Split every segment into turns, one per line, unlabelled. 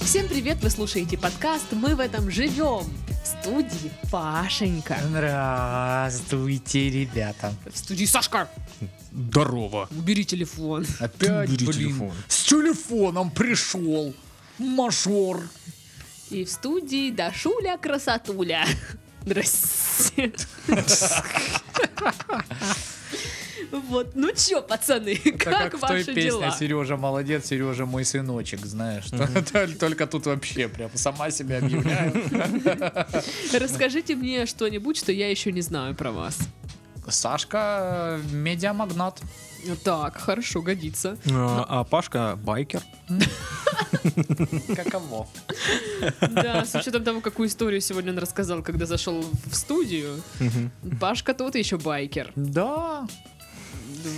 Всем привет, вы слушаете подкаст «Мы в этом живем» в студии Пашенька.
Здравствуйте, ребята.
В студии Сашка,
Здорово.
убери телефон.
Опять,
Убери
блин,
телефон.
с телефоном пришел. Мажор.
И в студии Дашуля Красотуля. Здрасте. Вот, ну чё, пацаны, как,
в той
ваши
песне
дела?
Сережа молодец, Сережа мой сыночек, знаешь. Толь- Только тут вообще прям сама себя объявляю.
Расскажите мне что-нибудь, что я еще не знаю про вас.
Сашка э, медиамагнат.
Ну Так, хорошо, годится.
Ну,
А, Пашка байкер.
Каково?
Да, с учетом того, какую историю сегодня он рассказал, когда зашел в студию, Пашка тот еще байкер.
Да.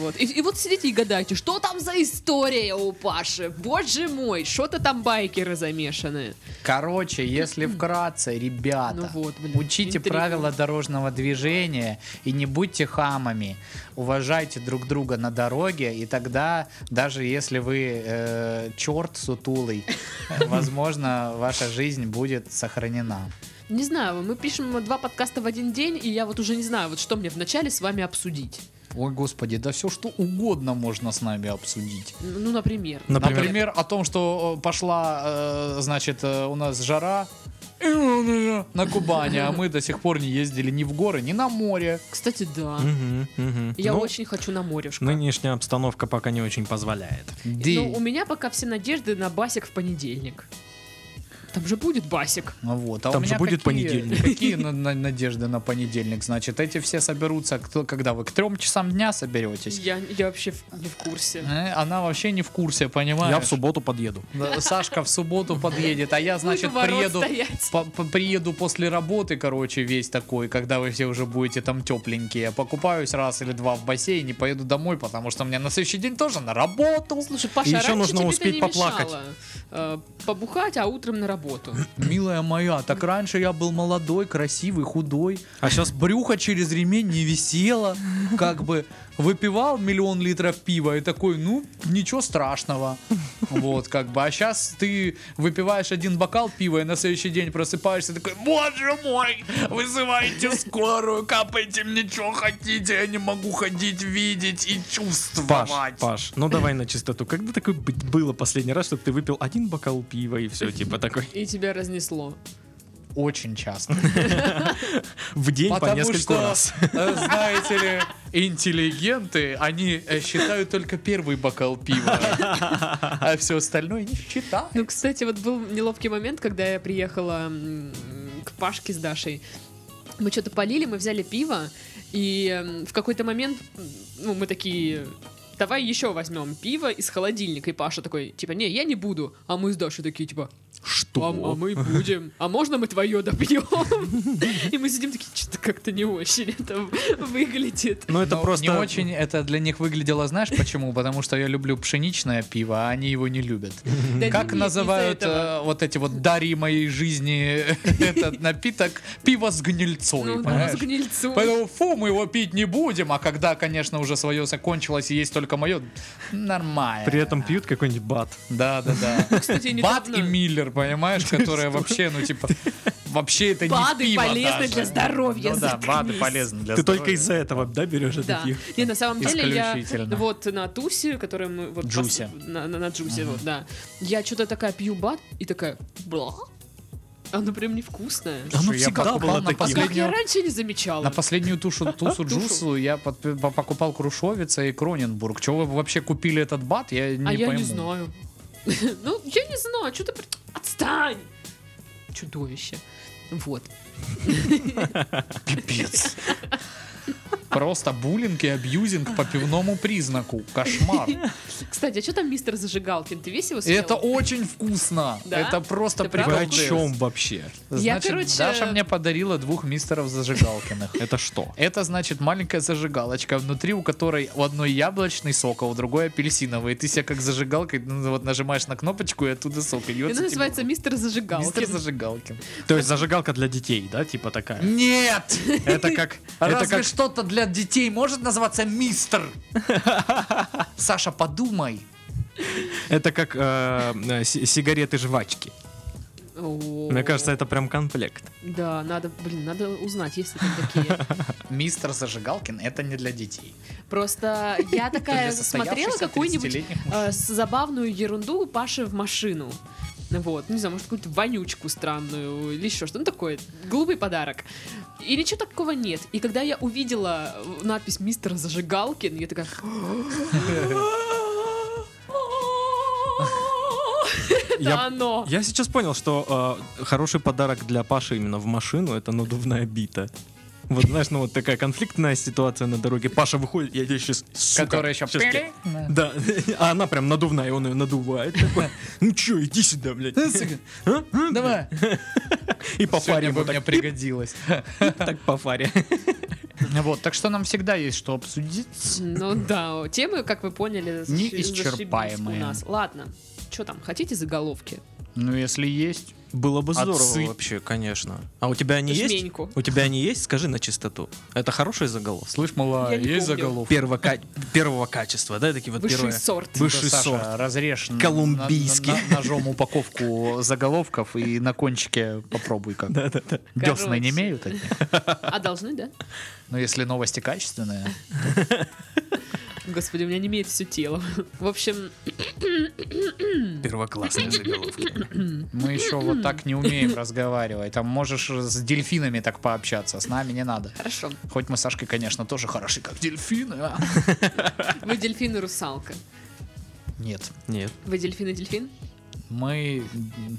Вот. И, и вот сидите и гадайте, что там за история у Паши? Боже мой, что-то там байкеры замешаны.
Короче, если вкратце, ребята,
Ну вот, блин,
учите
интригу.
правила дорожного движения и не будьте хамами. Уважайте друг друга на дороге, и тогда, даже если вы э, черт сутулый, э, возможно, ваша жизнь будет сохранена.
Не знаю, мы пишем два подкаста в один день, и я вот уже не знаю, вот что мне вначале с вами обсудить.
Ой, господи, да все что угодно можно с нами обсудить.
Ну, например.
Например?
Например, о том, что э, пошла, э, значит, э, у нас жара на Кубани, а мы до сих пор не ездили ни в горы, ни на море.
Кстати,
а.
да.
Мгм, мгм.
Я
Ну,
очень хочу на морюшко.
Нынешняя обстановка пока не очень позволяет.
Но у меня пока все надежды на басик в понедельник. Там же будет басик.
Ну Вот. А
Там
у
же
меня
будет
какие-
понедельник.
Какие на- на- надежды на понедельник? Значит, эти все соберутся, кто, когда вы к трем часам дня соберетесь.
Я, я вообще в- не в курсе.
Э, Она вообще не в курсе, понимаешь?
Я в субботу подъеду.
Да, Сашка в субботу подъедет, а я, значит,
Буду ворот
приеду,
стоять.
по- по- приеду после работы, короче, весь такой, когда вы все уже будете там тепленькие. Покупаюсь раз или два в бассейне, поеду домой, потому что мне на следующий день тоже на работу.
Слушай, Паша,
И
а
еще
раньше
нужно
тебе-то
успеть
не
поплакать.
мешало, э, побухать, а утром на работу.
Милая моя, так раньше я был молодой, красивый, худой.
А сейчас
брюхо через ремень не висело, как бы выпивал миллион литров пива и такой, ну, ничего страшного. Вот, как бы. А сейчас ты выпиваешь один бокал пива и на следующий день просыпаешься такой, боже мой, вызывайте скорую, капайте мне что хотите, я не могу ходить, видеть и
Паш,
чувствовать.
Паш, ну давай на чистоту. Когда такое быть- было последний раз, чтобы ты выпил один бокал пива и все, типа такой
И тебя разнесло.
Очень часто.
в день по
Потому
несколько
что,
раз.
э, знаете ли, интеллигенты, они э, считают только первый бокал пива, а все остальное не считают.
Ну, кстати, вот был неловкий момент, когда я приехала м, к Пашке с Дашей. Мы что-то полили, мы взяли пиво, и м, в какой-то момент, м, ну, мы такие, давай еще возьмем пиво из холодильника. И Паша такой, типа, не, я не буду. А мы с Дашей такие, типа,
Что?
а, а мы будем. А можно мы твое допьем? И мы сидим такие, что-то как-то не очень это выглядит.
Ну это
Но
просто
не очень это для них выглядело, знаешь почему? Потому что я люблю пшеничное пиво, а они его не любят.
Да нет,
Как
не
называют
из-за этого.
э, вот эти вот дари моей жизни этот напиток? Пиво с гнильцой,
Ну, да, с
понимаешь?
гнильцом.
Поэтому фу, мы его пить не будем, а когда, конечно, уже свое закончилось и есть только мое, нормально.
при этом пьют какой-нибудь бат.
Да, да, да.
Кстати,
Бат
недавно-
и Миллер, понимаешь, которые вообще, ну типа, вообще это не
Бады
пиво
полезны
даже.
для здоровья,
Ну да, бады
заткнись.
полезны для
Ты
здоровья.
только из-за этого, да, берешь это
Да.
пиво?
Не, на самом деле я
Исключительно.
вот на тусе, которую мы вот
Джусе.
пос- на, на- на джусе, вот, да. Я что-то такая пью бат и такая бла. Оно прям невкусное.
Оно
Слушай, я
всегда
покупал
было
на
таким.
А
последнем
как я
последнего-
раньше не замечала.
На последнюю тушу, тусу
Тушу.
Джусу я под- по- покупал Крушовица и Кроненбург. Чего вы вообще купили этот бат, я не
а я
пойму.
не знаю. Ну, я не знаю, что ты... при- Отстань! Чудовище. Вот.
Пипец. Просто буллинг и абьюзинг по пивному признаку. Кошмар.
Кстати, а что там мистер Зажигалкин? Ты весь его
И
съел?
Это очень вкусно.
Да?
Это просто
Ты правда
Вы Типа, о
прикол.
чем вообще?
Значит,
короче-
Даша мне подарила двух мистеров зажигалкиных.
Это что?
Это значит маленькая зажигалочка, внутри у которой у одной яблочный сок, а у другой апельсиновый. И ты себя как зажигалкой ну, вот нажимаешь на кнопочку и оттуда сок льется.
Это
тебе
называется
в
мистер
рот.
Зажигалкин.
Мистер Зажигалкин.
То есть зажигалка для детей, да, типа такая?
Нет!
Это как... Это
Разве
как...
что-то для детей может называться мистер? Саша, подумай.
Это как э, э, си- сигареты жвачки.
О,
Мне кажется, это прям комплект.
Да, надо, блин, надо узнать, есть ли там такие.
Мистер Зажигалкин это не для детей.
Просто я такая смотрела
для состоявшихся
какую-нибудь
30-летних мужчин.
э, с- забавную ерунду Паши в машину. Вот, не знаю, может, какую-то вонючку странную или еще что-то. Ну, такое, глупый подарок. И ничего такого нет. И когда я увидела э, надпись «Мистер Зажигалкин», я такая... Это
Я-
оно.
Я сейчас понял, что э, хороший подарок для Паши именно в машину это надувная бита. Вот знаешь, ну вот такая конфликтная ситуация на дороге. Паша выходит, я тебе сейчас, сука,
Которая еще
щас тебе- Да, а она прям надувная, и он ее надувает. такой, Ну чё, иди сюда, блядь. А? А?
Давай.
И по
Сегодня
фаре
бы
вот
мне
так,
пригодилось.
так по фаре.
Вот, так что нам всегда есть что обсудить.
Ну да, темы, как вы поняли, защи-
Неисчерпаемые.
зашибись у нас. Ладно, что там, хотите заголовки?
Ну, если есть.
Было бы здорово
Отцы.
вообще, конечно. А у тебя они есть?
Жменьку.
У тебя они есть? Скажи на чистоту. Это хороший заголовок.
Слышь, мала,
Я не
есть
помню.
заголовок?
Первого, ка- первого качества, да, такие вот
Высший
первые.
сорт.
Высший
Да, Саша,
сорт.
разрежь на-
Колумбийский.
на- на- ножом упаковку заголовков и на кончике попробуй как. Десны не
Короче.
имеют от них.
А должны, да?
Но если новости качественные,
Господи, у меня не имеет все тело. В общем,
Первоклассные заголовки.
мы еще вот так не умеем разговаривать. Там можешь с дельфинами так пообщаться, с нами не надо.
хорошо.
Хоть мы с Сашкой, конечно, тоже хороши, как дельфины. а.
Вы дельфин и русалка.
Нет,
Нет.
Вы дельфин и дельфин?
мы...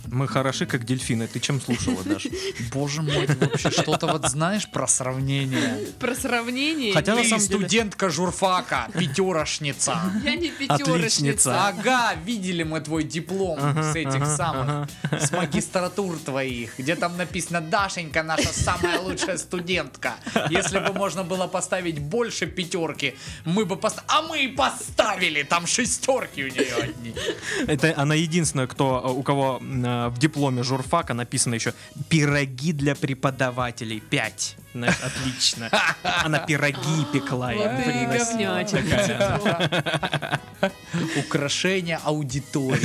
Мы хороши, как дельфины. Ты чем слушала, Даша?
Боже мой, ты вообще что-то вот знаешь про сравнение?
Про сравнение.
Хотя на
Ты
самом деле-
студентка журфака, пятерошница.
Я не
Отличница.
пятерочница.
Ага, видели мы твой диплом
Ага,
с этих
ага,
самых, с магистратур твоих, где там написано «Дашенька наша самая лучшая студентка». Если бы можно было поставить больше пятерки, мы бы поставили... А мы и поставили, там шестерки у нее одни.
Это она единственная, кто, э, у кого м, э, в дипломе журфака написано еще «Пироги для преподавателей 5». Знаешь, отлично. Она пироги пекла им
Вот и
приносила.
говнячек.
Украшение аудитории.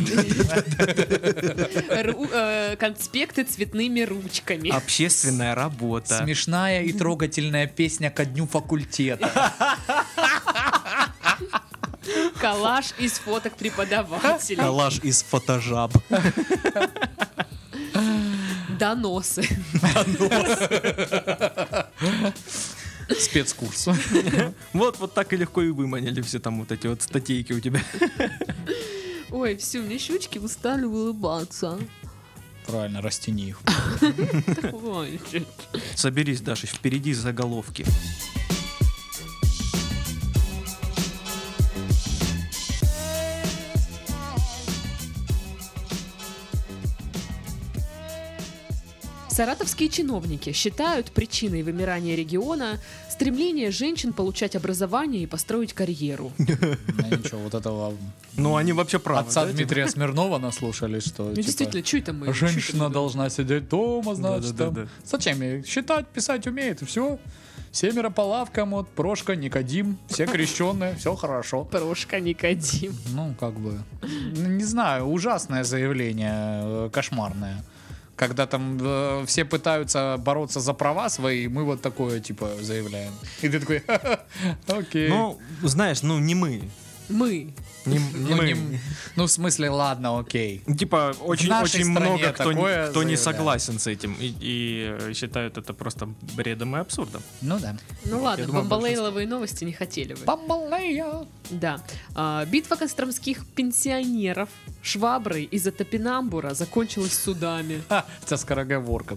Ру- э, Конспекты цветными ручками.
А Общественная работа.
Смешная и трогательная песня ко дню факультета.
Коллаж из фоток преподавателей.
Коллаж из фотожаб.
Доносы.
Спецкурс.
Вот, вот так и легко и выманили все там вот эти вот статейки у тебя.
Ой, все, мне щучки устали улыбаться.
Правильно, растяни их.
Хватит.
Соберись, Даша, впереди заголовки.
Саратовские чиновники считают причиной вымирания региона стремление женщин получать образование и построить карьеру.
Ну, Ничего, вот этого
Ну, они вообще правы.
отца
да, типа?
Дмитрия Смирнова наслушались, что
Ну,
типа,
действительно, чё это мы? чё
женщина
это мы?
должна сидеть дома, значит,
Да-да-да-да.
там. Зачем ей? Считать, писать умеет, и все. Семеро по лавкам, вот, Прошка, Никодим, все крещенные, все хорошо.
Порошка Никодим.
Ну, как бы, н- не знаю, ужасное заявление, э, кошмарное. Когда там э, все пытаются бороться за права свои, мы вот такое, типа, заявляем. И ты такой, «Ха-ха, окей.
Ну, знаешь, ну не мы.
Мы.
Не, не
Ну,
мы.
не м- ну, в смысле, ладно, окей.
Типа, очень,
нашей
очень
стране
много кто,
такое
не- кто не
заявляют.
согласен с этим и, и, э, считают это просто бредом и абсурдом.
Ну да.
Ну ладно,
думаю,
бомбалейловые новости не хотели бы.
Бамбалея.
Да. А, битва костромских пенсионеров Шваброй из-за Топинамбура закончилась судами.
Ха, это скороговорка.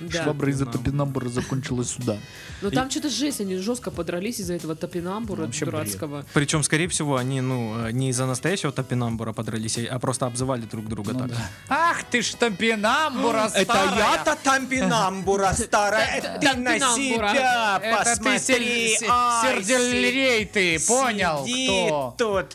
Да.
Швабра из-за
Топинамбур.
топинамбура закончилась сюда.
Но там что-то жесть, они жестко подрались из-за этого Топинамбура
Вообще бред.
дурацкого.
Причем, скорее всего, они, ну, э, не из-за настоящего топинамбура подрались, а просто обзывали друг друга так.
Ах ты ж топинамбура Ну старая!
топинамбура старая, это ты на
Топинамбура.
себя
Это ты
посмотри.
сер-
Ай,
сер- сердельрей ты,
си-
понял
сидит
кто?
тут,
Вот.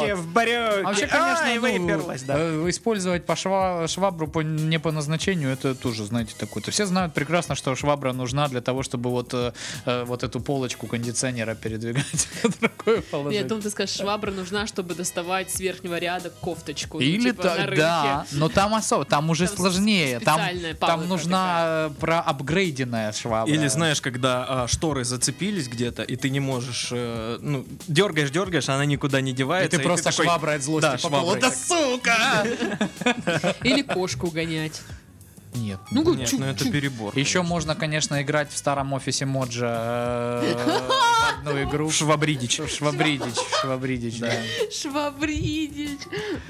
руки в брюки.
А Вообще, конечно,
Ай,
ну,
выперлась, да.
э, использовать по шва- швабру по- не по назначению, это тоже, знаете, так какую-то. Все знают прекрасно, что швабра нужна для того, чтобы вот, э, э, вот эту полочку кондиционера передвигать в другое
Я
положение.
думаю, ты скажешь, швабра нужна, чтобы доставать с верхнего ряда кофточку. ну,
Или
типа,
та-
на рынке.
да, но там особо, там уже
Там
сложнее, там,
специальная палка
там нужна э, проапгрейденная швабра.
Или знаешь, когда а, шторы зацепились где-то, и ты не можешь, э, ну, дергаешь, дергаешь, она никуда не
и
девается.
ты просто
такой,
швабра от злости
Да,
по полу.
шваброй
Да
так.
сука!
Или кошку гонять.
Нет.
Ну, как
Нет,
чу-
ну это
чу-
перебор.
Еще можно, конечно, играть в старом офисе Моджа э, в одну игру.
Швабридич.
Швабридич, Швабридич, да.
Швабридич.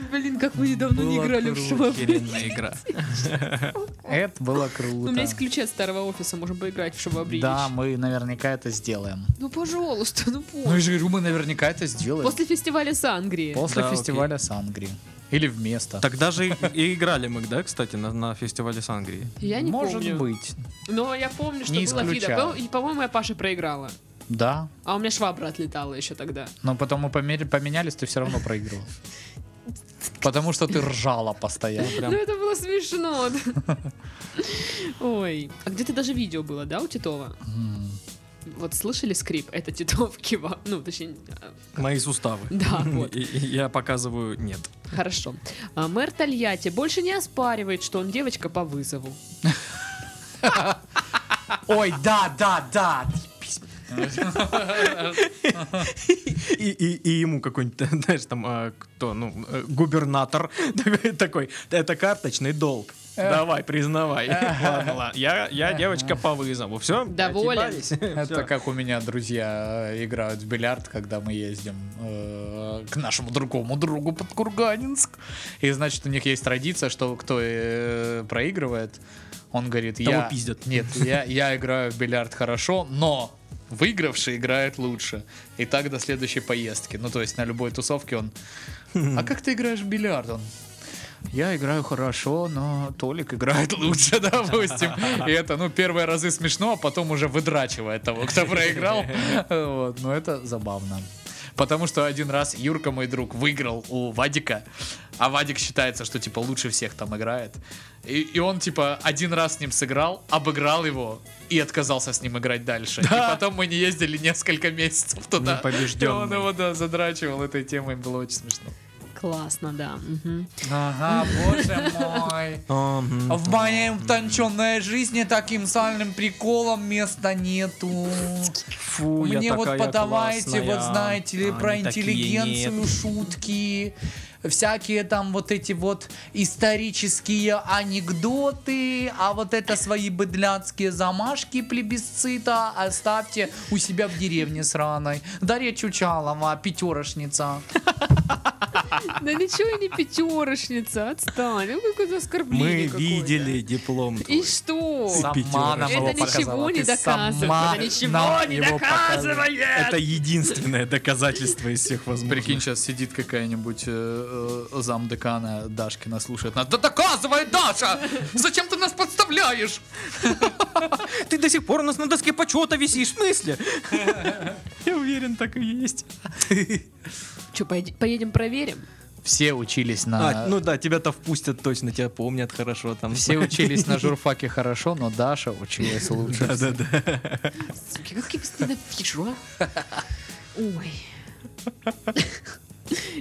Блин, как мы давно не
Была
играли в
круто,
швабридич.
охеренная игра.
Это было
Ну,
круто.
У меня есть ключи от старого офиса, можем поиграть в швабридич.
Да, мы наверняка это сделаем.
Ну, пожалуйста, ну
Ну, я
позже.
же говорю, мы наверняка это сделаем.
После фестиваля Сангрии.
После
Да, окей.
фестиваля Сангри. Или вместо.
Тогда же и- и играли мы, да, кстати, на, на фестивале Сангрии.
Я не
Может
помню.
быть.
Но я помню, что
Не
было видно.
исключаю.
По- И, по-моему, я Паша проиграла.
Да.
А у меня швабра отлетала еще тогда.
Но потом мы помер- поменялись, ты все равно проигрывал. Потому что ты ржала постоянно.
Прям
Ну это было смешно. да. Ой. А где-то даже видео было, да, у Титова?
М.
Вот слышали скрип? Это Титов кивал. Ну, точнее, э,
мои суставы.
да, вот.
И- и Я показываю нет.
Хорошо. А, Мэр Тольятти больше не оспаривает, что он девочка по вызову.
Ой, да, да, да.
И, и- и ему какой-нибудь, знаешь, там, а, кто, ну, э, губернатор такой- такой, это карточный долг. Давай, признавай. Ладно, ладно. Я, я девочка по вызову. Все?
Доволен.
Это как у меня друзья э, играют в бильярд, когда мы ездим э, к нашему другому другу под Курганинск. И значит, у них есть традиция, что кто э, проигрывает, он говорит,
Того
я...
пиздят.
Нет, я, я играю в бильярд хорошо, но выигравший играет лучше. И так до следующей поездки. Ну, то есть на любой тусовке он... А как ты играешь в бильярд? Он... Я играю хорошо, но Толик играет лучше, допустим. И это, ну, первые разы смешно, а потом уже выдрачивает того, кто проиграл. Вот, но это забавно. Потому что один раз Юрка, мой друг, выиграл у Вадика, а Вадик считается, что, типа, лучше всех там играет. И, и он, типа, один раз с ним сыграл, обыграл его и отказался с ним играть дальше. И потом мы не ездили несколько месяцев туда. И
Непобежденный.
он его, да, задрачивал этой темой, было очень смешно.
Классно, да. мгм.
Ага, боже мой.
Ага.
В моей утонченной жизни таким сальным приколом места нету.
Фу, я
Мне вот
такая
подавайте,
классная.
вот знаете ли,
Они
про
такие
интеллигенцию,
нет.
шутки, всякие там вот эти вот исторические анекдоты, а вот это свои быдляцкие замашки плебисцита оставьте у себя в деревне сраной. Дарья Чучалова, пятерошница.
Да ничего я не пятерошница, отстань. Ну какое-то
Мы
оскорбление какое-то.
видели диплом.
И
твой.
что?
Сам
Сама нам
Это
его
ничего
показала.
не
Ты
доказывает,
сама
это ничего
нам
не
его показывала.
Это единственное доказательство из всех возможных.
Прикинь, сейчас сидит какая-нибудь э, э, замдекана Дашкина, слушает нас. Да доказывай, Даша! Зачем ты нас подставляешь?
Ты до сих пор у нас на доске почета висишь, в смысле? Я уверен, так и есть.
Че, поедем проверим?
Все учились
А, ну да, тебя-то впустят точно, тебя помнят хорошо там.
Все учились на журфаке хорошо, но Даша училась лучше.
Да-да-да.
Суки, как я вас ненавижу, а? Ой.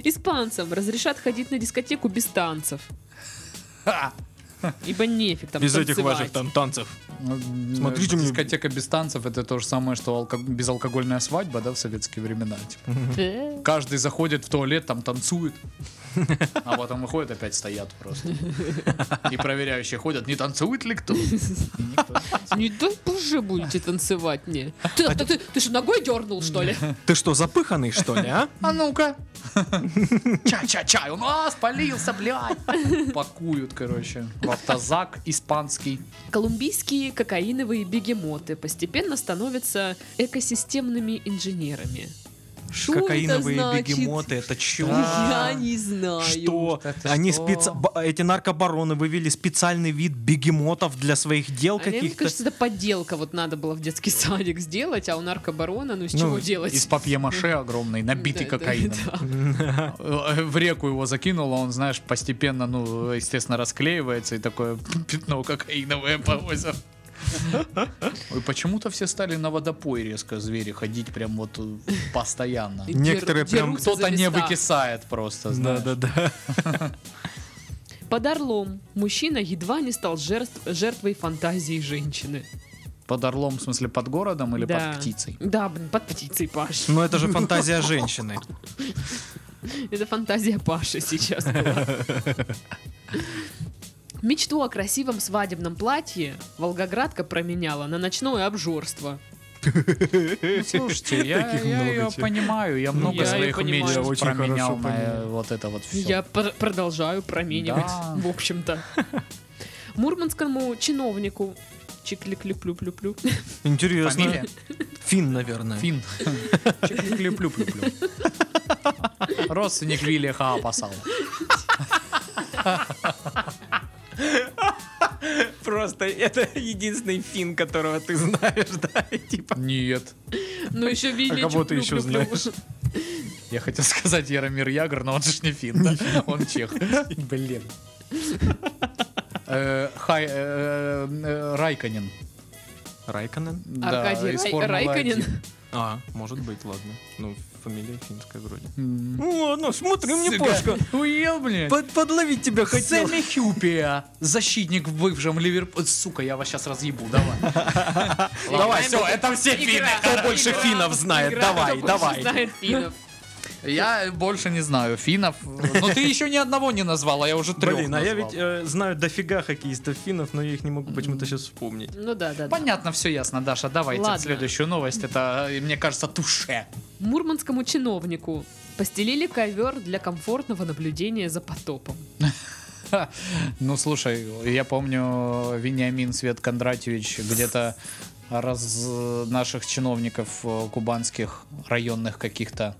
Испанцам разрешат ходить на дискотеку без танцев. Ибо нефиг там
Без этих
танцевать.
ваших там танцев. Смотрите
Смотрите,
мне.
Ну, дискотека без танцев это то же самое, что алко- безалкогольная свадьба, да, в советские времена. типа.
Э,
Каждый заходит в туалет, там танцует, а потом выходит, опять стоят просто. И проверяющие ходят, не танцует ли кто.
Не дай боже будете танцевать мне. Ты,
А
ты, ты- ты что, ногой дернул, что ли?
Ты что, запыханный, что ли, а?
А ну-ка. Чай-чай-чай, у нас полился, блядь. Пакуют, короче, в автозак испанский.
Колумбийские кокаиновые бегемоты постепенно становятся экосистемными инженерами. Что это
Кокаиновые
значит?
бегемоты, это чушь.
Я не знаю.
Что?
Это
Они
что?
специ- ба- эти наркобароны вывели специальный вид бегемотов для своих дел
А мне
каких-то.
кажется, это подделка вот надо было в детский садик сделать, а у наркобарона, ну из чего
Ну,
делать?
Из папье-маше огромный, набитый
Да, да,
кокаином.
да.
Э, В реку его закинуло, он, знаешь, постепенно, ну, естественно, расклеивается, и такое пятно кокаиновое повозят. Ой, почему-то все стали на водопой резко звери ходить прям вот э, постоянно.
И
Некоторые
дер-
прям-
дерутся за
Кто-то не
места.
выкисает просто,
Да,
знаешь.
да, да.
Под Орлом мужчина едва не стал жертв- жертвой фантазии женщины.
Под орлом, в смысле, под городом или
Да.
под птицей?
Да, блин, под птицей, Паш.
Но Ну, это же фантазия женщины.
Это фантазия Паши сейчас была. Мечту о красивом свадебном платье Волгоградка променяла на ночное обжорство.
Ну, слушайте, я,
Таких
я
много
ее
чё.
понимаю, я много
я и
своих
понимаю.
мечт
Я
очень
променял
хорошо
на э,
понимаю.
вот это вот все.
Я пр- продолжаю променивать,
Да.
в общем-то. Мурманскому чиновнику Чиклик-люп-люп-люп-люп.
Интересно.
Фамилия?
Фин, наверное.
Фин. Люблю-люблю. Родственник Вилли Хаапасала.
Просто это единственный фин, которого ты знаешь, да? И Типа.
Нет.
Ну еще Вилли
А кого ты еще
Чип-люп-люп-люп.
Я хотел сказать Яромир Ягр, но он же не фин, да? Он чех. Блин. Э, Хай... э, э, Райконин.
Райконен?
Да,
Аркадий
из
Рай-
«Формулы
Райконен.
1».
А, может быть, ладно. Ну, фамилия финская вроде.
М.
Ну ладно, смотри мне
Сука,
Пашка.
Уел, блин.
Под- подловить тебя хотел.
Сэмми Хюпия, защитник в бывшем Ливерпуле. Сука, я вас сейчас разъебу, давай. Давай, все, это все финны.
Кто больше финнов знает? Давай,
Кто больше
давай.
знает финнов?
Я больше не знаю финнов. Но Ну, ты еще ни одного не назвала, я уже трех
Блин, а я
назвал.
ведь э, знаю дофига хоккеистов финнов, но я их не могу почему-то сейчас вспомнить.
Ну да, да, да.
Понятно, все ясно, Даша. Давайте
Ладно.
следующую новость. Это, э, мне кажется, туше.
Мурманскому чиновнику постелили ковер для комфортного наблюдения за потопом.
Ха. Ну, слушай, я помню Вениамин Свет Кондратьевич где-то раз э, наших чиновников э, кубанских районных каких-то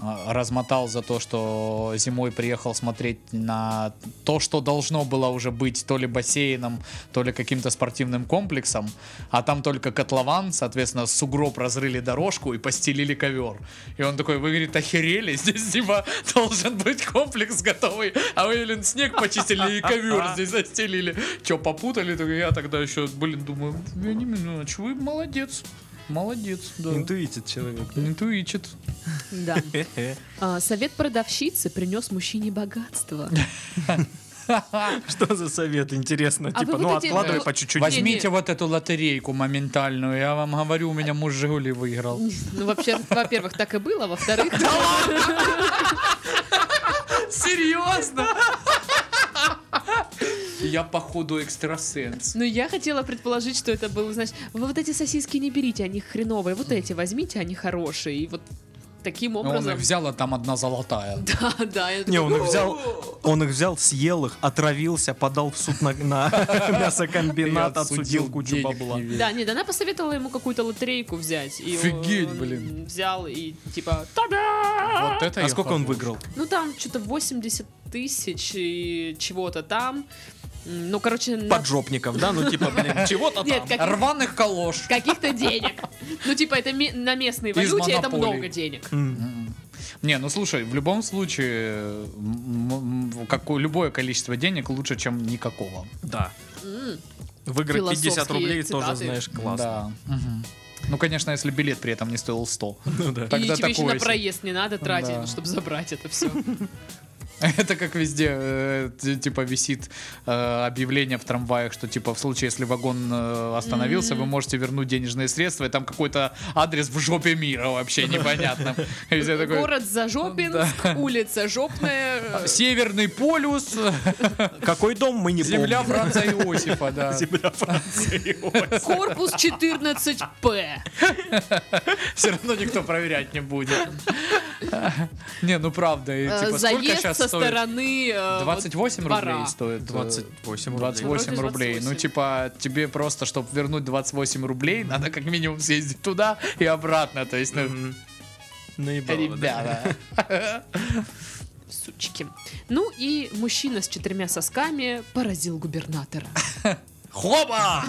э, размотал за то, что зимой приехал смотреть на то, что должно было уже быть то ли бассейном, то ли каким-то спортивным комплексом, а там только котлован, соответственно, сугроб разрыли дорожку и постелили ковер. И он такой, вы, говорит, охерели, здесь зима, должен быть комплекс готовый, а вы, блин, снег почистили и ковер здесь застелили. Че, попутали? Так Я тогда еще, блин, думаю, Вениамин Иванович, вы молодец, молодец, да.
Интуитит человек.
Интуичит.
Да. А, Совет продавщицы принес мужчине богатство.
Что за совет, интересно?
А
Типа,
вы
ну
вот эти,
откладывай
э,
по чуть-чуть.
возьми-
Возьмите вот эту лотерейку моментальную, я вам говорю, у меня муж Жигули выиграл.
Ну, вообще, во-первых, так и было, во-вторых...
Серьезно? Я походу экстрасенс.
Ну, я хотела предположить, что это было, значит, вы вот эти сосиски не берите, они хреновые, вот эти возьмите, они хорошие. И вот таким
Он их
образом...
взял, а там одна золотая.
Да, да. я
Не,
такая,
он их взял, он их взял, съел их, отравился, подал в суд на, на мясокомбинат,
И
отсудил кучу
денег
бабла.
не весь.
«Ну, Да, нет, она посоветовала ему какую-то лотерейку взять. И
Офигеть,
он
блин.
Взял и типа, та-да!
Вот это
А
я
сколько он
хорош.
выиграл?
Ну там что-то 80 тысяч и чего-то там. М, Ну, короче, на-
Поджопников, да? Ну типа, блин, чего-то
Нет,
там.
каких-
Рваных калош.
каких-то денег. Ну, типа, это ми- на местной
Из
валюте это
монополий.
много денег.
М.
Не, ну слушай, в любом случае, м- м- какое- любое количество денег лучше, чем никакого.
Да.
М.
Выиграть 50
Философские
рублей тоже,
цитаты.
знаешь, классно.
Да. Мгм. Ну, конечно, если билет при этом не стоил 100.
Ну да.
И
Тогда
тебе еще
такое
на
себе.
проезд не надо тратить,
Да.
чтобы забрать это все.
Это как везде, э, т- типа, висит э, объявление в трамваях, что, типа, в случае, если вагон э, остановился, вы можете вернуть денежные средства, и там какой-то адрес в жопе мира вообще непонятно. И все такой,
Город Зажопинск, улица Жопная. э,
Северный полюс,
Какой дом мы не
земля
помним.
Франца Иосифа, да.
Земля Франции.
Корпус 14П.
Все равно никто проверять не будет. Не, ну правда, и,
Э,
типа, сколько
Заезд
сейчас
со
стоит?
стороны э, вот
28
двора.
рублей стоит. э,
28 рублей.
28
Вроде
рублей. Ну,
28.
типа, тебе просто, чтобы вернуть 28 рублей, надо как минимум съездить туда и обратно. То есть, ну,
Мгм. Наебалово, да.
Ребята.
Сучки. Ну и мужчина с четырьмя сосками поразил губернатора.
Хоба!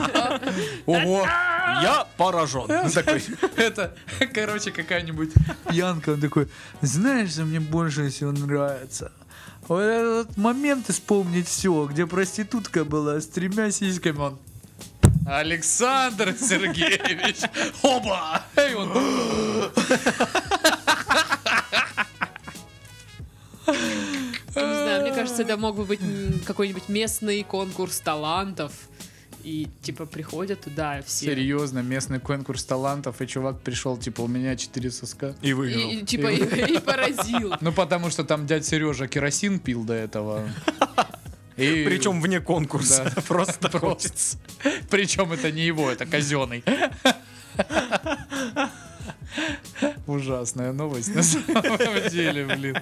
Ого!
Я поражен.
Такой, это, короче, какая-нибудь пьянка. Он такой, знаешь, что мне больше всего нравится? Вот этот момент исполнить все, где проститутка была с тремя сиськами. Он, Александр Сергеевич! Оба! И он,
Я Не знаю, мне кажется, это мог бы быть м, какой-нибудь местный конкурс талантов. И типа приходят туда все.
Серьезно, местный конкурс талантов, и чувак пришел, типа, у меня четыре соска.
И
И,
выиграл.
и, типа и, и поразил.
Ну, потому что там дядь Сережа керосин пил до этого. И-
Причем вне конкурса.
Да.
Просто хочется.
Просто. Причем это не его, это казенный. Ужасная новость на самом деле, блин.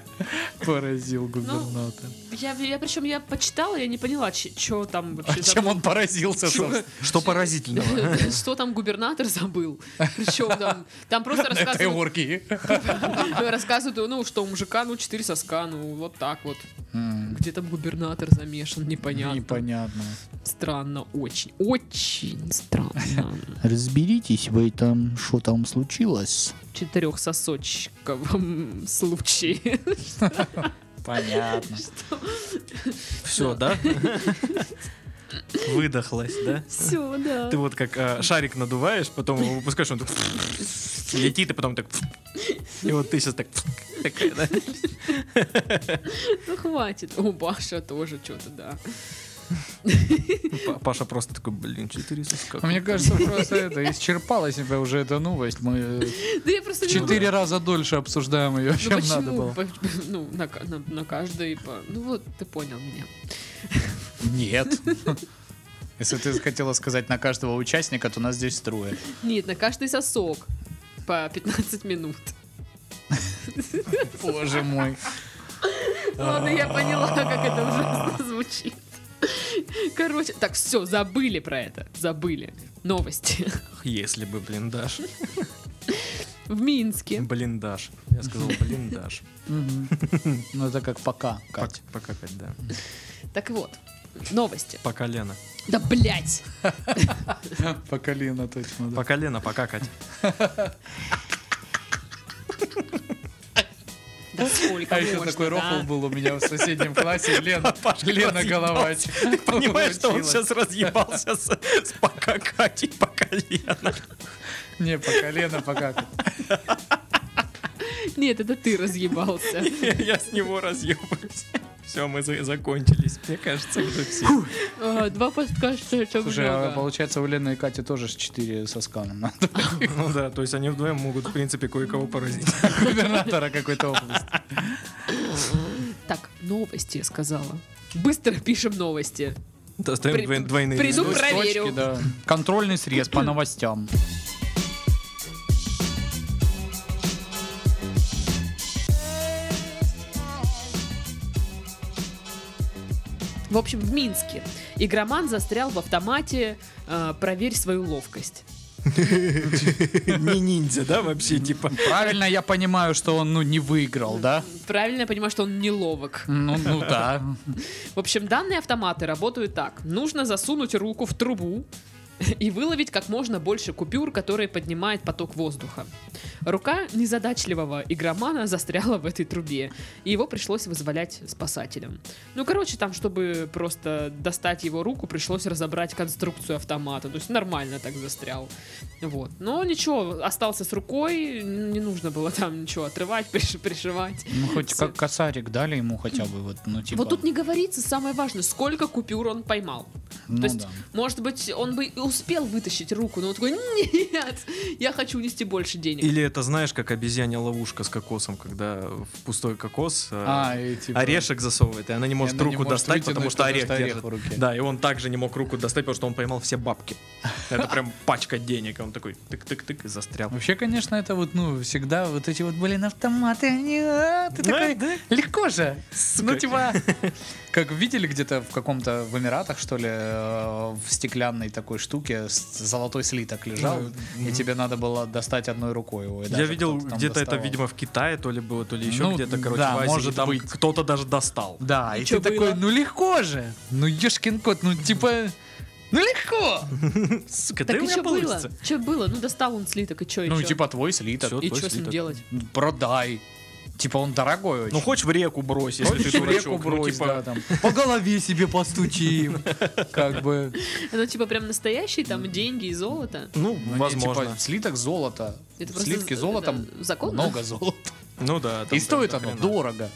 Поразил губернатор.
Я, я причем я почитала, я не поняла, что там вообще
А
за-
чем он поразился, собственно?
Что поразительного.
что там губернатор забыл. Причем там, там просто
на этой
рассказывают,
оргии?
ну, рассказывают, ну что у мужика, ну четыре соска, ну вот так вот.
М,
Где там губернатор замешан, непонятно.
Непонятно.
Странно, очень, очень странно.
Разберитесь вы там, что там случилось.
Четырехсосочковом случае.
Понятно.
Все, да? Выдохлась, да?
Все, да.
Ты вот как э, шарик надуваешь, потом его выпускаешь, он так летит, и потом так... И вот ты сейчас так... такая, да?
Ну хватит. У Баша тоже что-то, да.
Па- Паша просто такой, блин, 400 как.
Мне кажется, просто это исчерпала себя уже эта новость. Мы
Да я просто
в
не
четыре раза дольше обсуждаем ее,
Ну
чем
почему?
надо было.
По- Ну, на, ка- на- на каждой по- Ну вот, ты понял меня.
Нет. Если ты хотела сказать на каждого участника, то нас здесь трое.
Нет, на каждый сосок по 15 минут.
Боже мой.
Ну, Ладно, я поняла, как это
А.
ужасно звучит. Короче, так, все, забыли про это. Забыли. Новости.
Если бы блиндаж.
В Минске.
Блиндаж. Я сказал блиндаж.
Ну это как пока, Кать.
Пок- Пока Кать, да.
Так вот, новости.
Пока Лена.
Да блять!
Пока Лена точно,
Пока Лена, пока Кать.
Да сколько
А еще
можно,
такой
да?
рофл был у меня в соседнем классе. Лена,
Пашка
Лена
разъебался.
Головач.
ну, Понимаешь, что он
Получилось.
сейчас разъебался с, с пока Кать и пока Лена.
Не, пока Лена, пока. Кать.
Нет, это ты разъебался.
Я с него разъебаюсь. Все, мы за- закончились. Мне кажется, уже все.
А, Два подкаста, это
Слушай, а
много.
получается, у Лены и Кати тоже ж четыре соска нам надо.
Ну да, то есть они вдвоем могут, в принципе, кое-кого поразить.
Губернатора какой-то области.
Так, новости, я сказала. Быстро пишем новости.
Доставим
При-
двой- двойные
приду-
результаты.
проверю.
Точки, Ну, да. Контрольный срез по новостям.
В общем, в Минске игроман застрял в автомате э, «Проверь свою ловкость».
Не ниндзя, да, вообще, типа.
Правильно я понимаю, что он ну не выиграл, да?
Правильно я понимаю, что он неловок.
Ну, ну да.
В общем, данные автоматы работают так. Нужно засунуть руку в трубу и выловить как можно больше купюр, которые поднимает поток воздуха. Рука незадачливого игромана застряла в этой трубе, и его пришлось вызволять спасателям. Ну, короче, там, чтобы просто достать его руку, пришлось разобрать конструкцию автомата. То есть нормально так застрял. Вот. Но ничего, остался с рукой, не нужно было там ничего отрывать, приш- пришивать.
Ну хоть как косарик дали ему хотя бы вот, ну типа.
Вот тут не говорится, самое важное, сколько купюр он поймал.
ну
То есть,
да.
может быть, он бы и успел вытащить руку, но он такой, нет, я хочу унести больше денег.
Или это, знаешь, как обезьянья ловушка с кокосом, когда в пустой кокос э,
А, и типа-
орешек засовывает, и она не может
она не
руку
может
достать,
вытянуть,
потому что
потому
орех
что орех
держит.
в руке.
Да, и он также не мог руку достать, потому что он поймал все бабки. Это прям пачка денег, и он такой тык-тык-тык и застрял.
Вообще, конечно, это вот, ну, всегда вот эти вот, блин, автоматы, они, а, ты
Да,
такой,
да.
легко же, ну, типа, как видели где-то в каком-то, в Эмиратах, что ли, э, в стеклянной такой штуке с- золотой слиток лежал, и тебе надо было достать одной рукой его. и
Я
даже
видел
кто-то там
где-то это,
доставал.
видимо, в Китае то ли было, то ли еще
Ну,
где-то, короче,
да,
в Азии,
может
и там
быть.
кто-то даже достал.
Да, и,
И
ты
чё
такой,
было?
ну легко же, ну ешкин кот, ну типа, ну легко.
Сука, да
Так
у
и
меня
что было?
получится.
Что было? Ну, достал он слиток, и что, и
Ну
чё?
типа твой слиток,
Всё,
И
твой
что с ним
слиток.
делать?
продай. Типа он дорогой очень.
Ну, хочешь в реку брось, если
Хочешь,
ты
в реку
дурачок. Ну,
брось,
типа,
да, там. По голове себе постучи. Как бы.
Ну, типа прям настоящий, там деньги и золото.
ну,
Ну, не,
возможно.
типа, слиток золото.
Это просто
Слитки
з- э,
золотом
да, законно.
много золота.
Ну да. там
И стоит
прям до
оно
хрена.
дорого.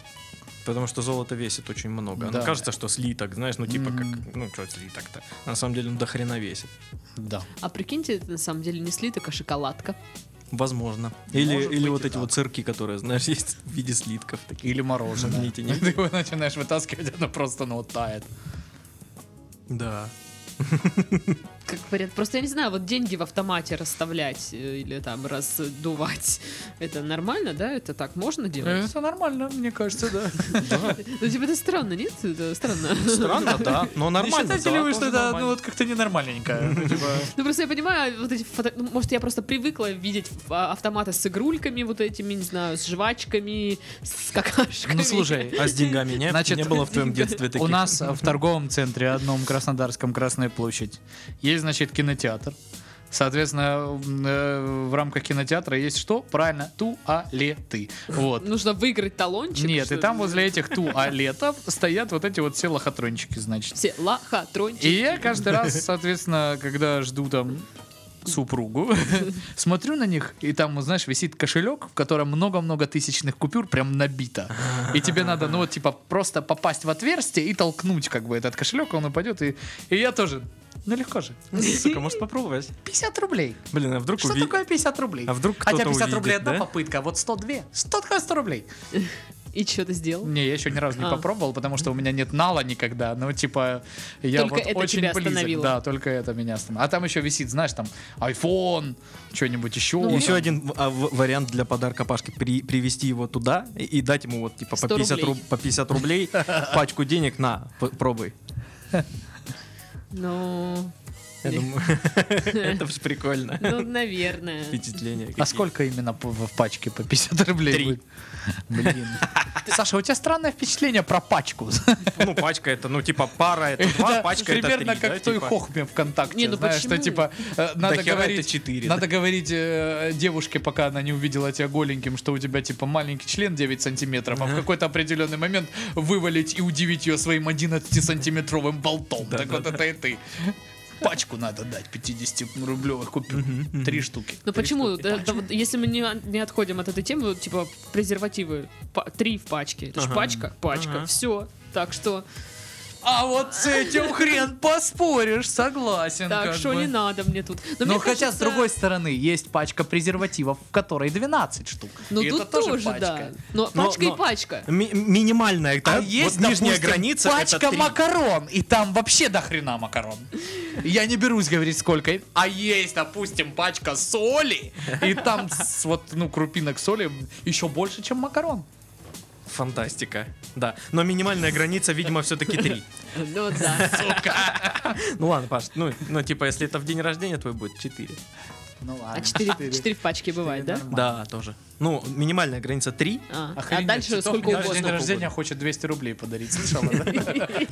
Потому что золото весит очень много.
Да.
Ну, кажется, что слиток, знаешь, ну типа
Мгм.
как, ну что слиток-то? На самом деле он до хрена весит.
Да.
А прикиньте, это на самом деле не слиток, а шоколадка.
Возможно. Или,
Может
или
быть,
вот
и
эти
так.
вот цирки, которые, знаешь, есть в виде слитков такие.
Или мороженое.
Нити, нити.
Ты его начинаешь вытаскивать, оно просто ну, вот тает.
Да.
Как вариант. Просто я не знаю, вот деньги в автомате расставлять э, или там раздувать. Это нормально, да? Это так можно делать?
Это Э, нормально, мне кажется, да.
Ну, типа, это странно, нет? Это странно.
Странно, да. Но
Не
нормально.
считаете
да,
ли вы,
тоже
что это ну,
нормально.
вот как-то ненормальненько? Ну, типа,
Ну просто я понимаю, вот эти фото... ну, может я просто привыкла видеть ф- а, автоматы с игрульками вот этими, не знаю, с жвачками, с какашками.
Ну слушай, а с деньгами не,
Значит,
не было в твоем детстве таких?
У нас э, в торговом центре одном Краснодарском Красная площадь есть, значит, кинотеатр. Соответственно, э, в рамках кинотеатра есть что? Правильно, туалеты. Вот.
Нужно выиграть талончик.
Нет,
что
и
ли?
там возле этих туалетов стоят вот эти вот все лохотрончики, значит.
Все лохотрончики.
И я каждый раз, соответственно, когда жду там супругу, смотрю на них, и там, знаешь, висит кошелек, в котором много-много тысячных купюр прям набито. И тебе надо, ну, вот, типа, просто попасть в отверстие и толкнуть, как бы, этот кошелек, он упадет, и, и я тоже, ну, легко же.
Сука, может попробовать?
50 рублей.
Блин, а вдруг
Что
уви-
такое 50 рублей?
А вдруг
Хотя
кто-то
50 рублей
увидит,
одна
да?
попытка, а вот 102. Что такое 100 рублей?
И что ты сделал?
Не, я еще ни разу не
А.
попробовал, потому что у меня нет нала никогда. Ну, типа, я
Только
вот
это
очень
тебя
близок.
остановило.
Да, только это меня остановило. А там еще висит, знаешь, там iPhone, что-нибудь еще.
Ну,
Еще один а, в- вариант для подарка Пашке при- привести его туда и, и дать ему вот типа по
100
50,
рублей.
руб- по 50 рублей, пачку денег на, п- пробуй.
Ну,
Я
Э.
думаю, это же прикольно.
ну, наверное.
Впечатление.
А
какие.
сколько именно по- в пачке по 50 рублей
Три.
будет? Блин. Саша, у тебя странное впечатление про пачку.
Ну, пачка это, ну, типа, пара это два, пачка это три.
примерно как
да,
в той
типа.
хохме ВКонтакте.
Не, ну
знаешь, что
почему?
типа э, надо
хера это
говорить.
четыре,
Надо говорить э, девушке, пока она не увидела тебя голеньким, что у тебя типа маленький член 9 сантиметров, а в какой-то определенный момент вывалить и удивить ее своим 11-сантиметровым болтом. так вот это и ты. Пачку надо дать 50-рублевых купюр. Три штуки.
Ну почему? Да, да вот если мы не, не отходим от этой темы, вот, типа презервативы Па- три в пачке. Это ж пачка, пачка, все. Так что,
А вот с этим хрен поспоришь, согласен.
так
как
что
бы.
не надо мне тут. Но,
Но
мне
хотя, с
кажется,
другой стороны, есть пачка презервативов, в которой 12 штук.
Ну
И
тут
это тоже,
да.
пачка.
Но
Но-
пачка
но-
и пачка.
Ми- минимальная, да?
А есть,
вот нижняя
допустим,
граница
пачка
это три.
макарон, и там вообще до хрена макарон. Я не берусь говорить сколько. А есть, допустим, пачка соли, и там с- вот, ну, крупинок соли еще больше, чем макарон.
Фантастика. Да. Но минимальная граница, видимо, все-таки три.
Ну да.
Ну ладно, Паш, ну, ну типа, если это в день рождения твой будет, 4.
Ну ладно.
А четыре четыре в пачке бывает, да?
Да, тоже. Ну, минимальная граница 3.
А, а дальше сколько
день
угодно.
рождения хочет 200 рублей подарить, слышала?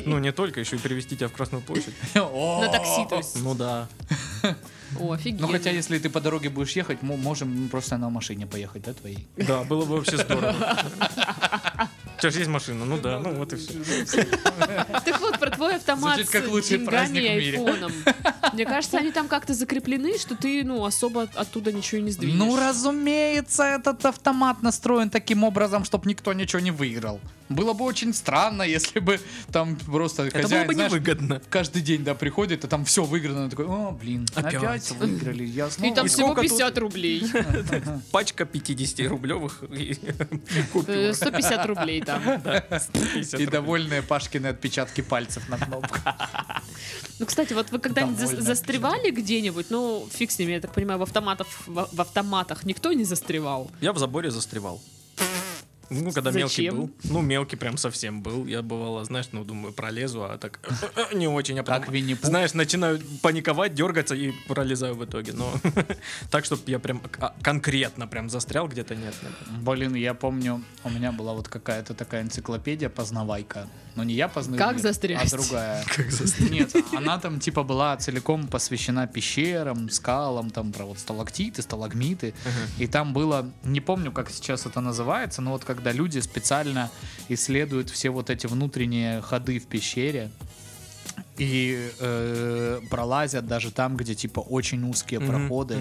Ну, не только, еще и привезти тебя в Красную площадь.
На
На
такси, то есть.
Ну да.
О, офигенно.
Ну хотя, если ты по дороге будешь ехать, мы можем просто на машине поехать, да, твоей?
Да, было бы вообще здорово. Че ж есть машина? Ну да, ну вот и все.
Так вот, про твой автомат
Звучит как
с
лучший
деньгами
праздник
и
в мире.
айфоном. Мне кажется, они там как-то закреплены, что ты, ну, особо от- оттуда ничего и не сдвинешь.
Ну, разумеется, этот автомат настроен таким образом, чтобы никто ничего не выиграл. Было бы очень странно, если бы там просто
Это было
хозяин,
бы
знаешь,
невыгодно.
каждый день, да, приходит, а там все выиграно. Он такой, о, блин, опять,
Опять.
выиграли. Я
И
снова...
там
И
всего
сколько тут?
50 рублей.
Пачка 50-рублевых и
Э,
купюр.
150 рублей там.
50
И
рублей.
довольные Пашкины отпечатки пальцев на кнопках.
Ну, кстати, вот вы когда-нибудь за-
Довольно
застревали где-нибудь? Ну, фиг с ними, я так понимаю, в автоматах, в в автоматах никто не застревал.
Я в заборе застревал. Ну, когда мелкий
Зачем?
был. Ну, мелкий прям совсем был. Я бывало, знаешь, ну, думаю, пролезу, а так не очень. А потом,
Как Винни-Пух.
Знаешь, начинаю паниковать, дергаться и пролезаю в итоге. Но так, чтобы я прям к- а, конкретно прям застрял где-то, нет. нет.
Блин, я помню, у меня была вот какая-то такая энциклопедия познавайка. Но не я познаю
Как
мир,
застрясть?
а другая. Нет, она там типа была целиком посвящена пещерам, скалам, там про вот сталактиты, сталагмиты. И там было, не помню, как сейчас это называется, но вот когда люди специально исследуют все вот эти внутренние ходы в пещере, и э, пролазят даже там, где типа очень узкие проходы.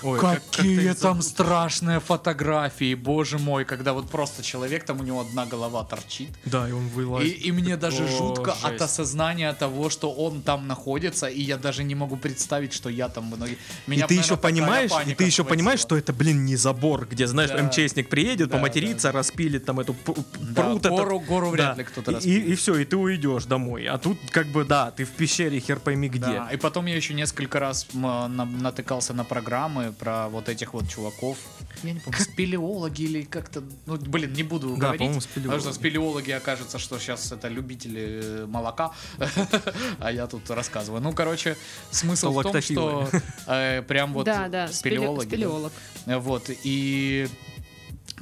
Ой, как- как-то
Какие
из-за-
там страшные фотографии, боже мой, когда вот просто человек, там у него одна голова торчит.
Да, и он
И,
вылазит.
и мне даже
О,
жутко от
жесть.
осознания того, что он там находится, и я даже не могу представить, что я там многие.
И ты еще понимаешь, и ты еще понимаешь, что это, блин, не забор, где, знаешь,
Да.
МЧСник приедет,
Да,
поматерится, распилит там эту пр-
Да,
прут. этот.
гору- гору вряд ли кто-то
и,
распилит.
и все, и ты уйдешь домой. А тут как бы, да, ты в пещере хер пойми где.
Да, и потом я еще несколько раз м, на- натыкался на программы про вот этих вот чуваков. Я не помню, спелеологи или как-то... Ну, блин, не буду
Да,
говорить, потому
по-моему,
что
спелеологи.
спелеологи окажется, что сейчас это любители э, молока, а я тут рассказываю. Ну, короче, смысл в том, что э, прям вот
да, да, спеле-
спелеологи... да.
спелеолог.
Вот, и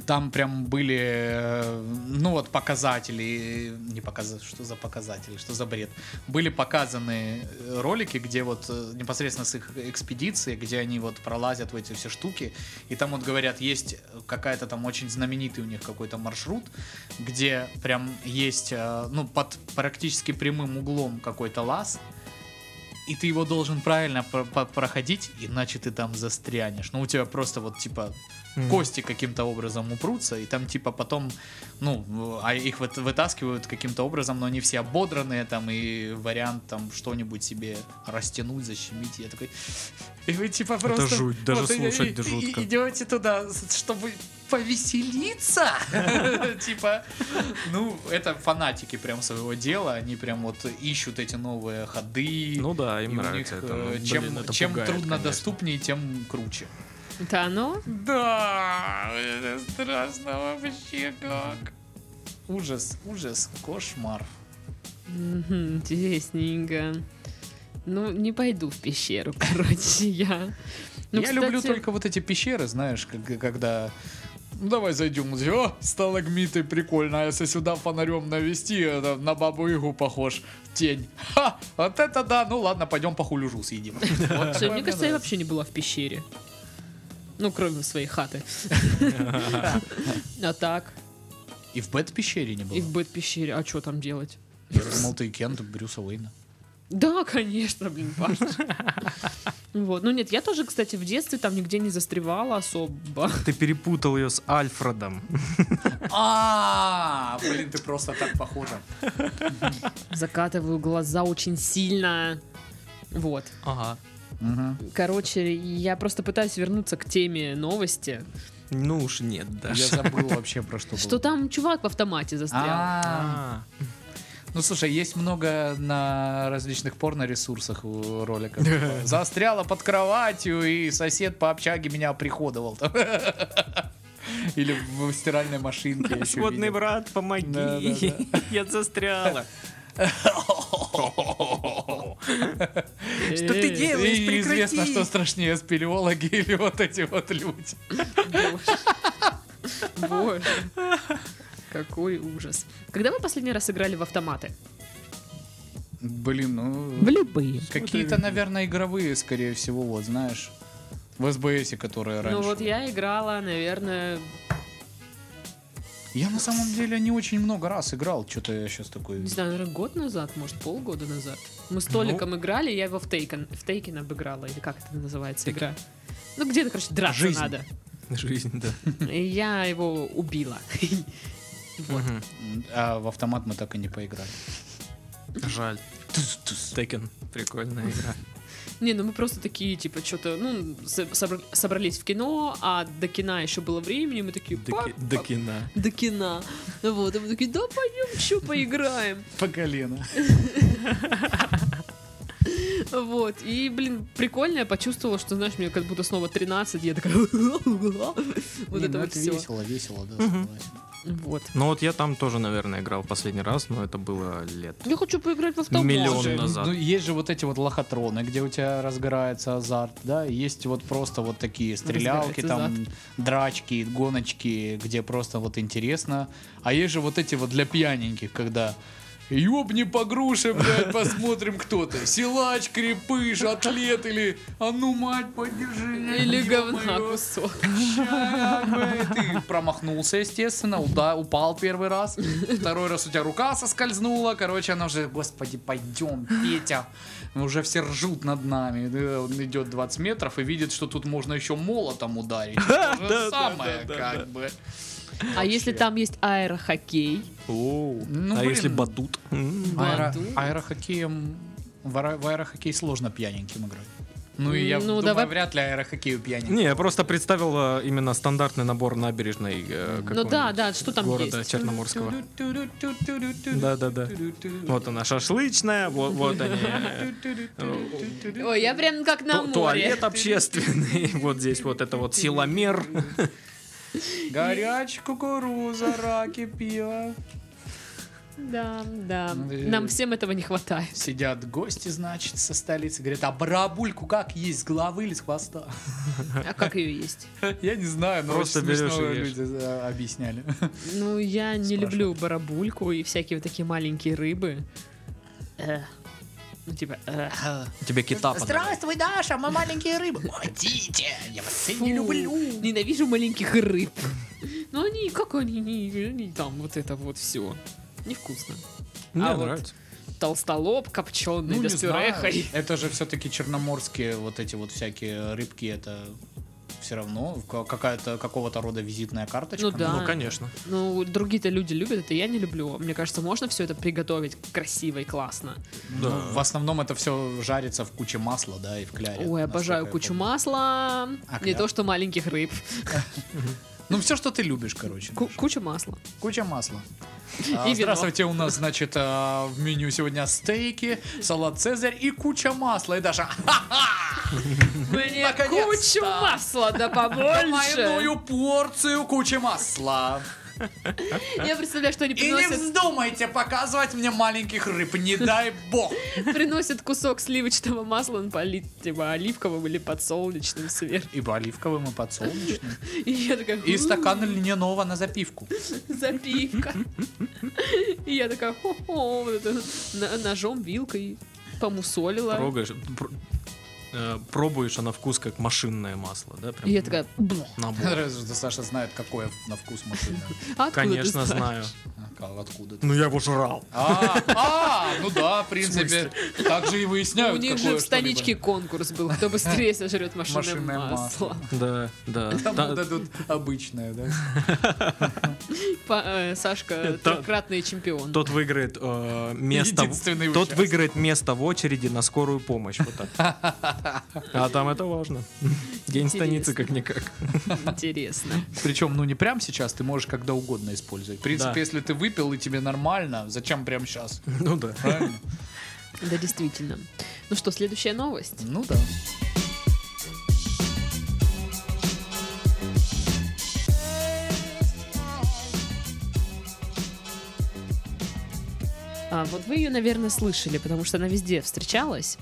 там прям были, э, ну вот, показатели, не показатели, что за показатели, что за бред. Были показаны э, ролики, где вот э, непосредственно с их экспедиции, где они вот пролазят в эти все штуки, и там вот говорят, есть какая-то там очень знаменитый у них какой-то маршрут, где прям есть, э, ну, под практически прямым углом какой-то лаз, и ты его должен правильно про- по- проходить, иначе ты там застрянешь. Ну, у тебя просто вот, типа, кости каким-то образом упрутся, и там, типа, потом, ну, в- а их вот вытаскивают каким-то образом, но они все ободранные там, и вариант там что-нибудь себе растянуть, защемить. Я такой... И вы, типа, просто...
жуть, даже
и-
слушать
и-
да
и-
жутко.
Идете туда, с- чтобы повеселиться. Типа, ну, это фанатики прям своего дела, они прям вот ищут эти новые ходы,
Ну да, им
и у
нравится
них,
это.
э,
Ну, блин,
чем
это
чем
пугает,
трудно
конечно.
доступнее, тем круче.
Это оно?
Да, это страшно вообще как. Ужас, ужас, кошмар.
Мгм, Интересненько. Ну, не пойду в пещеру, короче, я. Ну,
я
кстати,
люблю только вот эти пещеры, знаешь, как- когда... «Ну, Давай зайдем, Он такой, о, сталагмиты, прикольно, а если сюда фонарем навести, это на бабу Игу похож, тень. Ха, вот это да, ну ладно, пойдем похулюжу съедим. Вот такое
Слушай, мне кажется, я
нравится.
вообще не была в пещере. Ну, кроме своей хаты. А так,
И в Бэт-пещере не было.
и в бэт-пещере, а что там делать?
Я думал, ты Кент Брюса Уэйна.
Да, конечно, блин, Паш. Вот. Ну нет, я тоже, кстати, в детстве там нигде не застревала особо.
Ты перепутал ее с Альфредом.
А, блин, ты просто так похожа.
Закатываю глаза очень сильно. Вот.
Ага.
Короче, я просто пытаюсь вернуться к теме новости.
Ну уж нет, да.
Я забыл вообще про что.
Что там чувак в автомате застрял.
А, ну слушай, есть много на различных порно-ресурсах у роликов. Застряла под кроватью, и сосед по общаге меня оприходовал. там. Или в стиральной машинке. я ещё
Сводный
видел. Да,
брат,
да,
помоги. Я застряла.
Что
э,
ты
И известно, что страшнее спелеологи или вот эти вот люди.
Боже. Какой ужас. Когда вы последний раз играли в автоматы?
Блин, ну...
любые.
Какие-то, наверное, игровые, скорее всего, вот, знаешь. В СБСе, которые раньше.
Ну вот я играла, наверное...
Я на самом деле не очень много раз играл. Что-то я сейчас такой...
Не знаю, наверное, год назад, может, полгода назад. Мы с
Ну.
Толиком играли, я его в Тейкен, в Тейкен обыграла, или как это называется игра. Ну, где-то, короче, драться
Жизнь.
надо.
Жизнь, да.
И я его убила. Вот.
А в автомат мы так и не поиграли.
Жаль. Текен. Прикольная игра.
Не, ну мы просто такие, типа, что-то, ну, со- собр- собрались в кино, а до кино еще было времени, мы такие,
До
«Пап,
ки- До
пап,
кино.
до кино. Вот, и мы такие, да пойдем еще поиграем.
По колено.
Вот, и, блин, прикольно, я почувствовала, что, знаешь, мне как будто снова 13, я такая, вот это вот все.
ну
весело, весело, да, согласен.
Вот.
Ну вот я там тоже, наверное, играл в последний раз, но это было лет.
Я хочу поиграть во автомат.
Миллион
Слушай,
назад.
ну, есть же вот эти вот лохотроны, где у тебя разгорается азарт, да, и есть вот просто вот такие стрелялки,
Разгорается
там драчки, гоночки, где просто вот интересно. А есть же вот эти вот для пьяненьких, когда Ёбни по груше, блядь, посмотрим, кто ты. Силач, крепыш, атлет или... А ну, мать, подержи.
Или
ё-моё».
говна кусок.
Ща, блядь, Ты промахнулся, естественно, уда- упал первый раз. Второй раз у тебя рука соскользнула. Короче, она уже, господи, пойдем, Петя. Уже все ржут над нами. Э, Он идет 20 метров и видит, что тут можно еще молотом ударить. То же самое, как бы.
А если там есть аэрохоккей?
Ну,
а
блин.
если батут? М.
А Аэро-
Баду?
Аэрохоккеем... В аэро- в аэрохоккей сложно пьяненьким играть. Ну и я
Ну,
думаю,
давай-
вряд ли аэрохоккею пьяненький.
Не, я просто представил э, именно стандартный набор набережной. э,
Ну да, да, что там
города
есть?
Черноморского. Да-да-да. Вот она шашлычная, вот, вот они. э, э,
Ой, я прям как на
ту-
море.
Туалет общественный, вот здесь вот это вот силомер.
Горячая кукуруза, раки, пиво.
Да, да.
Э.
Нам всем этого не хватает.
Сидят гости, значит, со столицы. Говорят, а барабульку как есть, с головы или с хвоста?
А как ее есть?
Я не знаю, но
Просто
очень
берешь
смешно
и ешь.
люди э, объясняли.
Ну, я не
Спрашивай.
люблю барабульку и всякие вот такие маленькие рыбы. Э. Ну, типа, э.
Тебе кита
Здравствуй, Даша, мы маленькие рыбы. Уйдите, я вас
Фу, Ненавижу маленьких рыб. Ну, они, как они, они- они там вот это вот все. Невкусно.
Мне
А вот
нравится.
Толстолоб, копченый, да с пюрехой.
Ну, Это же все-таки черноморские вот эти вот всякие рыбки, это все равно ка- какая-то какого-то рода визитная карточка.
Ну да.
Ну, конечно.
Ну, другие-то люди любят это, я не люблю. Мне кажется, можно все это приготовить красиво и классно.
Ну, В основном это все жарится в куче масла, да, и в кляре.
Ой,
насколько
обожаю
я
кучу
помню.
масла.
А
не
кляп?
то, что маленьких рыб.
Ну, все, что ты любишь, короче.
Ку- куча масла.
Куча масла.
вино.
А, здравствуйте, у нас, значит, а, в меню сегодня стейки, салат Цезарь и куча масла. И даже
Мне
Наконец-то!
кучу масла, да побольше.
двойную порцию кучи масла.
Я представляю, что они
И не
приносят,
вздумайте показывать мне маленьких рыб, не дай бог.
приносят кусок сливочного масла, он полит типа оливковым или подсолнечным сверху.
И оливковым, и подсолнечным.
И я такая,
И
«М,
стакан льняного на запивку.
запивка. И я такая, хо-хо, вот это, на- ножом, вилкой помусолила.
Трогаешь, пр- э, пробуешь, а на вкус как машинное масло, да? прям
И я такая, «Бм,
набор.
Разве что Саша знает, какое на вкус машина.
а откуда ты
Конечно,
знаешь?»
знаю.
Откуда ты?
Ну я его жрал.
А, а, ну да, в принципе, так же и выясняют.
У них
какое
же в
что-либо.
станичке конкурс был, кто быстрее сожрет машинное,
Машинное
масло.
Да, да.
Там
Та-
дадут обычное, да?
Па- э, Сашка,
Та-
трехкратный чемпион.
Тот выиграет э, место.
Единственный
в- Тот
участник.
выиграет место в очереди на скорую помощь. Вот так. А там это важно. День
Интересно.
станицы как никак.
Интересно.
Причем, ну не прям сейчас, ты можешь когда угодно использовать. В принципе,
Да.
если ты выпил и тебе нормально, зачем прям сейчас?
Ну да.
Правильно?
Да, действительно. Ну что, следующая новость.
Ну да.
А, вот вы ее, наверное, слышали, потому что она везде встречалась.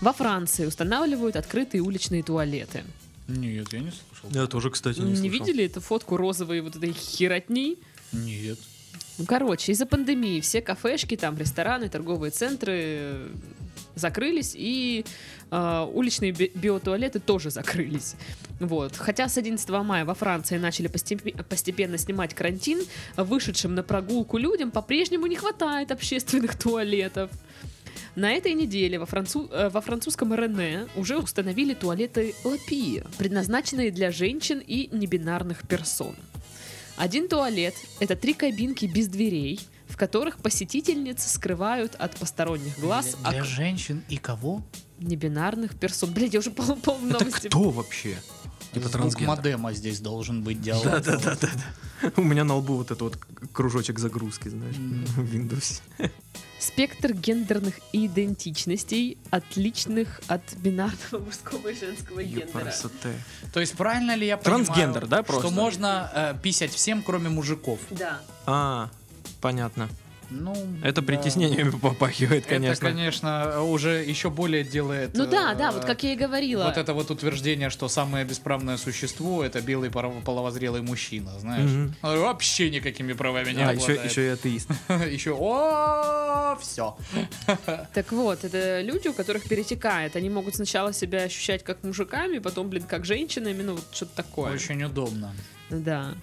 Во Франции устанавливают открытые уличные туалеты.
Нет, я не слышал.
Я тоже, кстати,
Не, видели эту фотку розовой вот этой херотни?
Нет.
Ну, короче, из-за пандемии все кафешки, там рестораны, торговые центры э, закрылись, и э, уличные би- биотуалеты тоже закрылись. Вот. Хотя с 11 мая во Франции начали постепе- постепенно снимать карантин, вышедшим на прогулку людям по-прежнему не хватает общественных туалетов. На этой неделе во, францу- э, во французском Рене уже установили туалеты Лапия, предназначенные для женщин и небинарных персон. Один туалет — это три кабинки без дверей, в которых посетительницы скрывают от посторонних глаз
Для,
ок-
женщин и кого?
небинарных персон. Блядь, я уже пол, пол
Это
новости.
кто вообще?
Типа
Звук
трансгендер.
модема здесь должен быть диалог.
У меня на лбу вот этот вот кружочек загрузки, знаешь, в Windows.
Спектр гендерных идентичностей, отличных от бинарного мужского и женского гендера.
Красота.
То есть правильно ли я
Трансгендер,
понимаю,
да, просто?
что можно э, писать всем, кроме мужиков?
Да.
А, понятно.
Ну,
Это
да.
притеснениями попахивает,
Это,
конечно.
конечно, уже еще более делает...
Ну да,
э,
да, вот как я и говорила.
Вот это вот утверждение, что самое бесправное существо это белый пар- половозрелый мужчина, знаешь.
Мгм.
Он Вообще никакими правами не
А, еще,
обладает.
еще и атеист.
Еще о все.
Так вот, это люди, у которых перетекает. Они могут сначала себя ощущать как мужиками, потом, блин, как женщинами, ну вот что-то такое.
Очень удобно.
Да.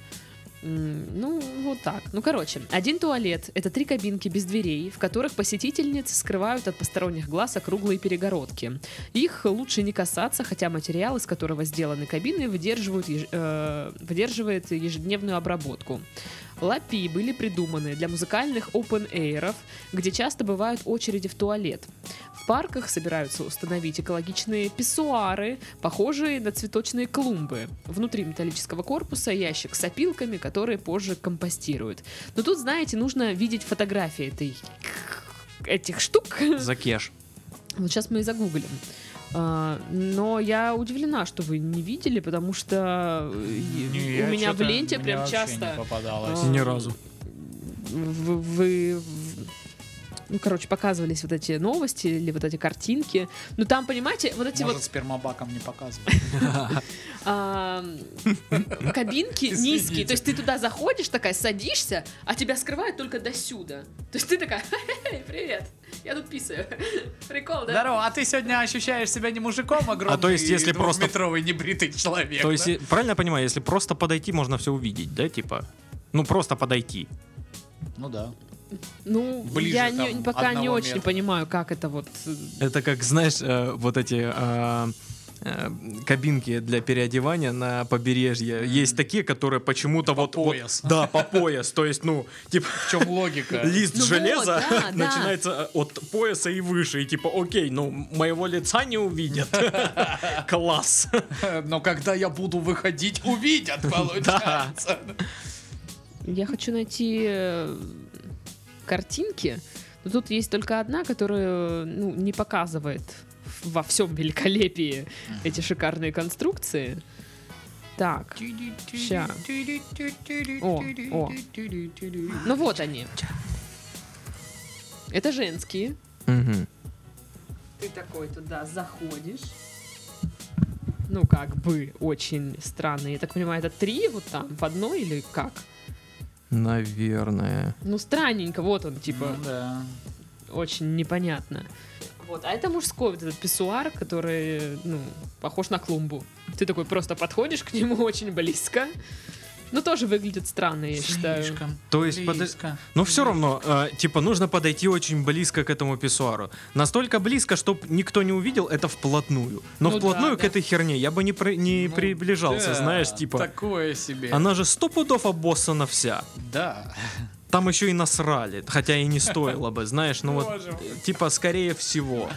М, Ну, вот так. Ну, короче, один туалет — это три кабинки без дверей, в которых посетительниц скрывают от посторонних глаз округлые перегородки. Их лучше не касаться, хотя материал, из которого сделаны кабины, выдерживают еж- э, выдерживает ежедневную обработку. Лапи были придуманы для музыкальных open-эйров, где часто бывают очереди в туалет. В парках собираются установить экологичные писсуары, похожие на цветочные клумбы. Внутри металлического корпуса ящик с опилками, которые позже компостируют. Но тут, знаете, нужно видеть фотографии этой этих штук.
Закеш.
Вот сейчас мы и загуглим. А, Но я удивлена, что вы не видели, потому что э,
Не,
у
я
меня в
чё-то-
ленте
мне
прям
вообще
часто
не попадалось.
А.
Ни разу.
вы, вы- в- ну, короче, показывались вот эти новости или вот эти картинки. Ну, там, понимаете, вот эти
Может,
вот
спермобаком не показывают.
а, кабинки
Извините.
низкие. То есть ты туда заходишь, такая, садишься, а тебя скрывают только до сюда. То есть ты такая, «Хе-хе, привет, я тут писаю. Прикол, да?
Здорово, а ты сегодня ощущаешь себя не мужиком огромный,
А то есть, если просто-
метровый небритый человек.
То
да?
есть, и- правильно я понимаю, если просто подойти, можно все увидеть, да, типа? Ну, просто подойти.
Ну да.
Ну,
Ближе
я
там
не- пока не
одного
очень
метра.
понимаю, как это вот... э,
Это как, знаешь, э, вот эти э, э, кабинки для переодевания на побережье. Есть такие, которые почему-то вот... вот-
пояс.
Да, по пояс. То есть, ну, типа...
В чем логика?
Лист
Ну вот,
железа
да, да.
начинается э, от пояса и выше. И типа, окей, ну, моего лица не увидят. Класс.
Но когда я буду выходить, увидят, получается.
Я хочу найти э, картинки, но тут есть только одна, которая ну, не показывает во всем великолепии эти шикарные конструкции. Так, ща. О, о. Ну вот они. Это женские. Ты такой туда заходишь. Ну, как бы, очень странно. Я так понимаю, это три вот там в одной или как?
Наверное.
Ну, странненько, вот он, типа,
Ну да.
очень непонятно. Вот, а это мужской вот этот писсуар, который, ну, похож на клумбу. Ты такой просто подходишь к нему очень близко. Ну, тоже выглядит странно, я считаю.
Слишком
То есть, подо-
близко.
Но все равно, э, типа, нужно подойти очень близко к этому писсуару. Настолько близко, чтобы никто не увидел это вплотную. Но
Ну
вплотную
да,
к
да.
этой херне я бы не, при- не
Ну,
приближался,
да,
знаешь, типа.
Такое себе.
Она же сто пудов обоссана вся.
Да.
Там еще и насрали. Хотя и не стоило бы, знаешь, ну вот,
Боже мой.
э, типа, скорее всего.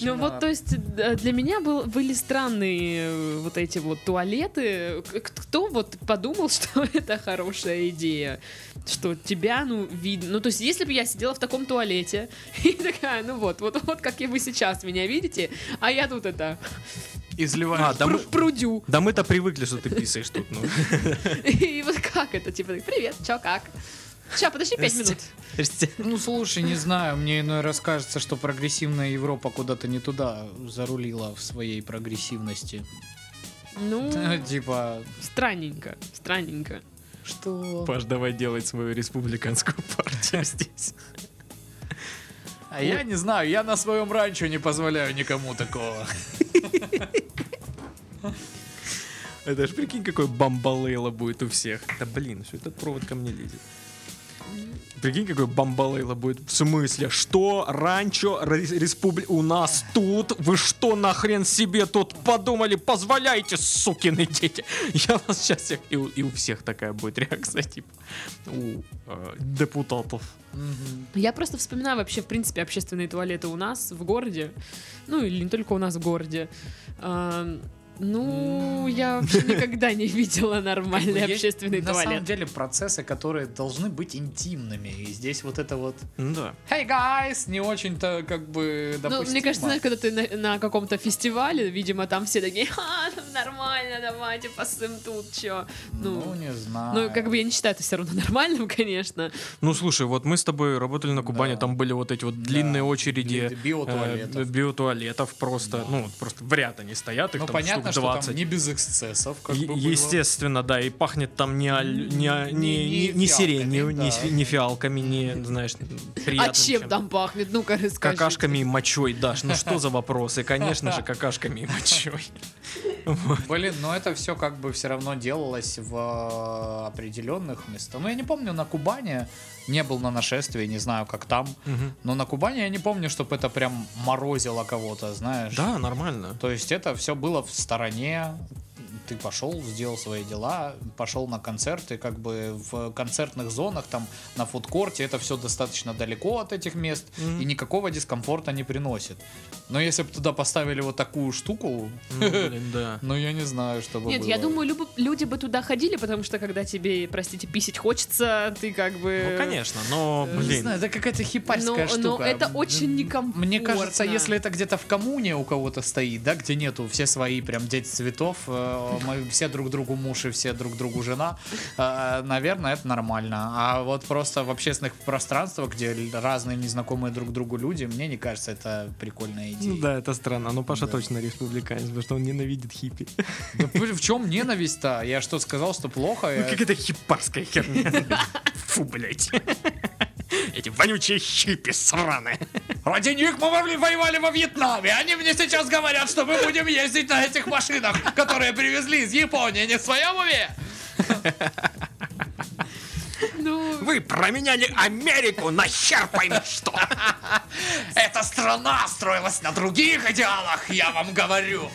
Ну вот, то есть, э, для меня был, были странные э, вот эти вот туалеты. К- к- Кто вот подумал, что это хорошая идея? Что тебя, ну, видно. Ну, то есть, если бы я сидела в таком туалете, и такая, ну вот, вот, вот как и вы сейчас меня видите, а я тут это,
Изливаешь.
А, да
пру-
мы-
прудю.
Да мы-то привыкли, что ты писаешь тут, ну.
И вот как это, типа, так, привет, чё, как? Ща, подожди пять минут.
Ну слушай, не знаю, мне иной раз кажется, что прогрессивная Европа куда-то не туда зарулила в своей прогрессивности.
Ну,
Типа,
странненько, странненько.
что?
Паш, давай делать свою республиканскую партию здесь.
А я не знаю, я на своем ранчо не позволяю никому такого.
Это ж прикинь, какой бамбалейло будет у всех. Да блин, все, этот провод ко мне лезет. Прикинь, какой бамбалейло будет. В смысле, что ранчо ре- республи... У нас тут? Вы что нахрен себе тут подумали? Позволяйте, сукины дети! Я вас сейчас всех... И у, и у всех такая будет реакция, типа, у э, депутатов.
Я просто вспоминаю вообще, в принципе, общественные туалеты у нас в городе. Ну, или не только у нас в городе. Ам, Ну, я вообще никогда не видела нормальный
Ну, Типа, Есть,
общественный
На самом
туалет.
деле процессы, которые должны быть интимными. И здесь вот это вот
Ну да.
«Hey, guys!» не очень-то как бы допустимо.
Ну, мне кажется, знаешь, когда ты на, на каком-то фестивале, видимо, там все такие, а, там нормально, давайте посым тут, чё. Ну,
Ну, не знаю.
ну, как бы я не считаю это все равно нормальным, конечно.
Ну слушай, вот мы с тобой работали на Кубани,
Да.
там были вот эти вот длинные очереди
Би- биотуалетов.
э, биотуалетов просто, ну вот просто в ряд они стоят, их
Ну,
там
понятно,
штук
что
20.
там не без эксцессов. Как
Е-
бы было.
Естественно, да, и пахнет там не, аль- не, а-
Не- не
не, не- не
фиалками,
сиренью,
да.
не, фи- не фиалками, не, знаешь, приятным
а чем,
чем-то.
там пахнет? Ну-ка, расскажи.
Какашками и мочой, Даш, ну что за вопросы? Конечно же, какашками и мочой.
Блин, но это все как бы все равно делалось в э, определенных местах. Ну, я не помню, на Кубани не был на нашествии, не знаю, как там. Но на Кубани я не помню, чтобы это прям морозило кого-то, знаешь.
Да, нормально.
То есть это все было в стороне. Ты пошел, сделал свои дела, пошел на концерты, как бы в концертных зонах, там на фудкорте, это все достаточно далеко от этих мест и никакого дискомфорта не приносит. Но если бы туда поставили вот такую штуку,
Ну, блин, да.
ну я не знаю, что бы
Нет, я
было.
думаю, любо- люди бы туда ходили, потому что когда тебе, простите, писить хочется, ты как бы...
Ну, конечно, но,
Ну, Не
блин,
знаю, это какая-то хипарская
Но-
штука.
но это очень некомфортно.
Мне кажется, если это где-то в коммуне у кого-то стоит, да, где нету все свои прям дети цветов, э, мы все друг другу муж и все друг другу жена, э, наверное, это нормально. А вот просто в общественных пространствах, где л- разные незнакомые друг другу люди, мне не кажется, это прикольная идея.
Ну да, это странно. Но Паша
Да.
точно республиканец, потому что он ненавидит хиппи.
Да пы- в чем ненависть-то? Я что сказал, что плохо? Я-
это хипарская херня. Фу, блять. Эти вонючие хиппи сраные.
Ради них мы во- воевали во Вьетнаме. Они мне сейчас говорят, что мы будем ездить на этих машинах, которые привезли из Японии, не в своем уме.
Ну,
Вы променяли Америку на хер пойми что.
Эта страна строилась на других идеалах, я вам говорю.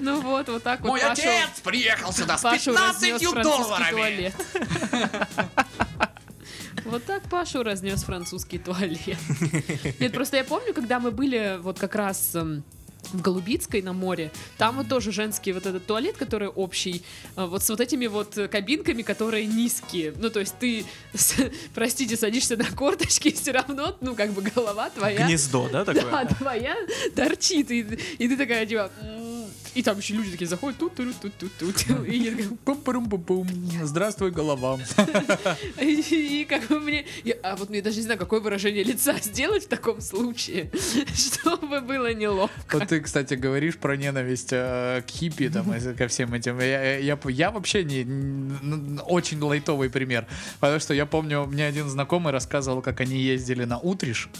ну вот, вот так вот
Мой
Пашу-
отец приехал сюда А с
Пашу разнес
15
французский
долларами.
туалет. Вот так Пашу разнес французский туалет. Нет, просто я помню, когда мы были вот как раз эм, в Голубицкой на море, там вот тоже женский вот этот туалет, который общий, э, вот с вот этими вот э, кабинками, которые низкие. Ну, то есть ты, с- простите, садишься на корточки, и все равно, ну, как бы голова
А
твоя...
Гнездо, да,
Да,
такое?
твоя торчит, и, и ты такая, типа... «М». И там еще люди такие заходят, тут тут тут тут тут и, я такая,
Здравствуй, голова.
и как бы мне... я- а вот мне даже не знаю, какое выражение лица сделать в таком случае, чтобы было неловко.
Вот ты, кстати, говоришь про ненависть э, к хиппи там, и ко всем этим. Я, я, я вообще не, н- н- очень лайтовый пример. Потому что я помню, мне один знакомый рассказывал, как они ездили на Утриш.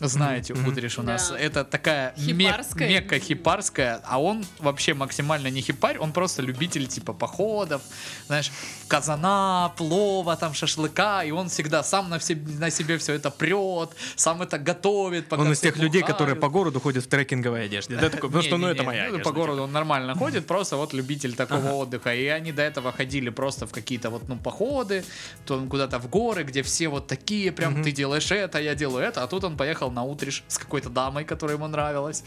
Знаете, Утриш у нас
Да.
это такая
Хипарская.
мек- мекка хипарская, а он вообще максимально не хипарь, он просто любитель типа походов, знаешь, казана, плова, там шашлыка, и он всегда сам на, все, на себе все это прет, сам это готовит. пока
Он из
все
тех людей, которые
бухают.
по городу ходят в трекинговой одежде. Да, такой, просто, ну
Не-не-не,
это моя
ну,
одежда.
По городу он нормально ходит, просто вот любитель такого отдыха. И они до этого ходили просто в какие-то вот, ну, походы, то он куда-то в горы, где все вот такие, прям ты делаешь это, я делаю это. А тут он поехал на утриш с какой-то дамой, которая ему нравилась.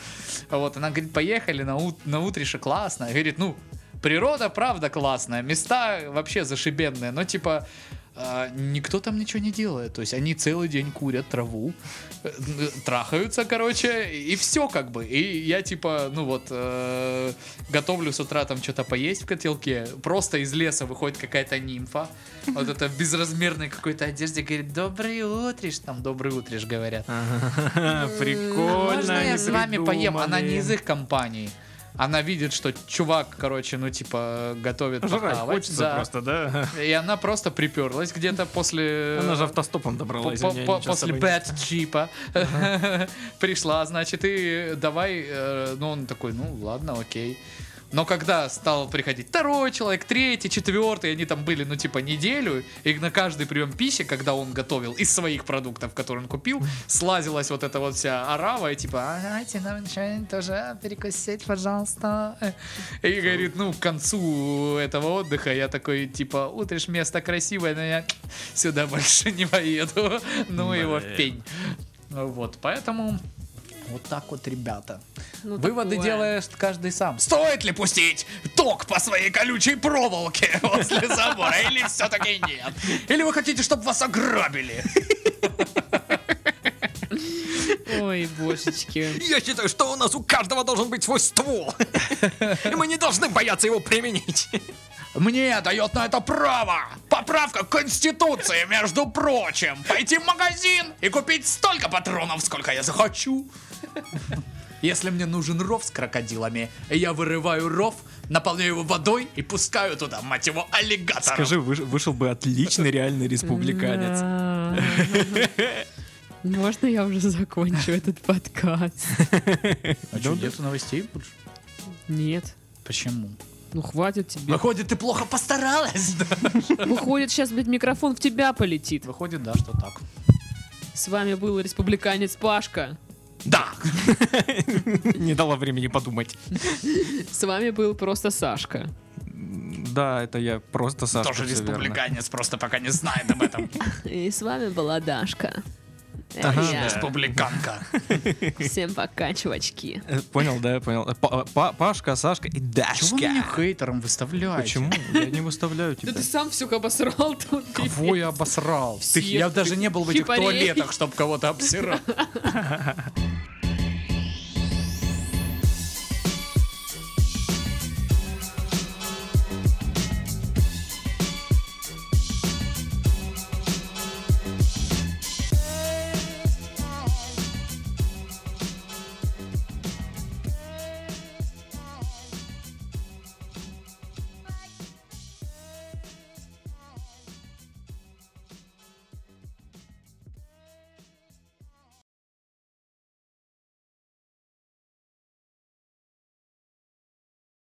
Вот, она говорит, поехали на, ут- на утрише, классно. Говорит, ну, природа, правда, классная, места вообще зашибенные, но типа... э, Никто там ничего не делает. То есть они целый день курят траву, э, э, трахаются, короче, и все как бы. И я типа, ну вот, э, готовлю с утра там что-то поесть в котелке. Просто из леса выходит какая-то нимфа. Вот это в безразмерной какой-то одежде говорит, добрый утриш, там добрый утриш говорят.
Ага, Прикольно.
Можно
они
я с вами поем? Она
придумали.
не из их компании. Она видит, что чувак, короче, ну типа готовит
Жрать
похавать.
хочется
Да.
просто, да?
И она просто приперлась где-то после... э,
Она же автостопом
по-
добралась. у
по-
неё
по-
ничего с
После
собой
бэт чипа пришла, значит, и давай, э, ну он такой, ну ладно, окей. Но когда стал приходить второй человек, третий, четвертый, они там были, ну типа неделю, и на каждый прием пищи, когда он готовил из своих продуктов, которые он купил, слазилась вот эта вот вся арава, и типа, «А, давайте нам что-нибудь тоже перекусить, пожалуйста. И говорит, ну к концу этого отдыха я такой, типа, утришь место красивое, но я сюда больше не поеду. Ну его в
Блин.
пень. Вот, поэтому
Вот так вот, ребята.
Ну,
Выводы
такое.
делаешь каждый сам. Стоит ли пустить ток по своей колючей проволоке возле забора, или все-таки нет? Или вы хотите, чтобы вас ограбили?
Ой, божечки.
Я считаю, что у нас у каждого должен быть свой ствол. И мы не должны бояться его применить.
Мне дает на это право! Поправка к Конституции, между прочим! Пойти в магазин и купить столько патронов, сколько я захочу! Если мне нужен ров с крокодилами, я вырываю ров, наполняю его водой и пускаю туда, мать его, аллигатора.
Скажи, выш- вышел бы отличный реальный республиканец.
Да. Можно я уже закончу этот подкаст?
а что, нету новостей больше?
Нет.
Почему?
Ну хватит тебе.
Выходит, ты плохо постаралась.
Выходит, сейчас, блядь, микрофон в тебя полетит.
Выходит, да, что так.
С вами был республиканец Пашка.
Да!
Не дала времени подумать.
С вами был просто Сашка.
Да, это я просто Сашка.
Тоже
всё верно.
республиканец, просто пока не знает об этом.
И с вами была Дашка. Это я.
Республиканка.
Всем пока, чувачки.
Э, Понял, да, понял. Э, Па- Па- Пашка, Сашка и
Чего вы меня
Дашка.
хейтером выставляете?
Почему? Я не выставляю тебя.
сам все обосрал тут.
Кого я обосрал?
Всех
я даже не был в этих
хипарей.
туалетах, чтобы кого-то обсирал.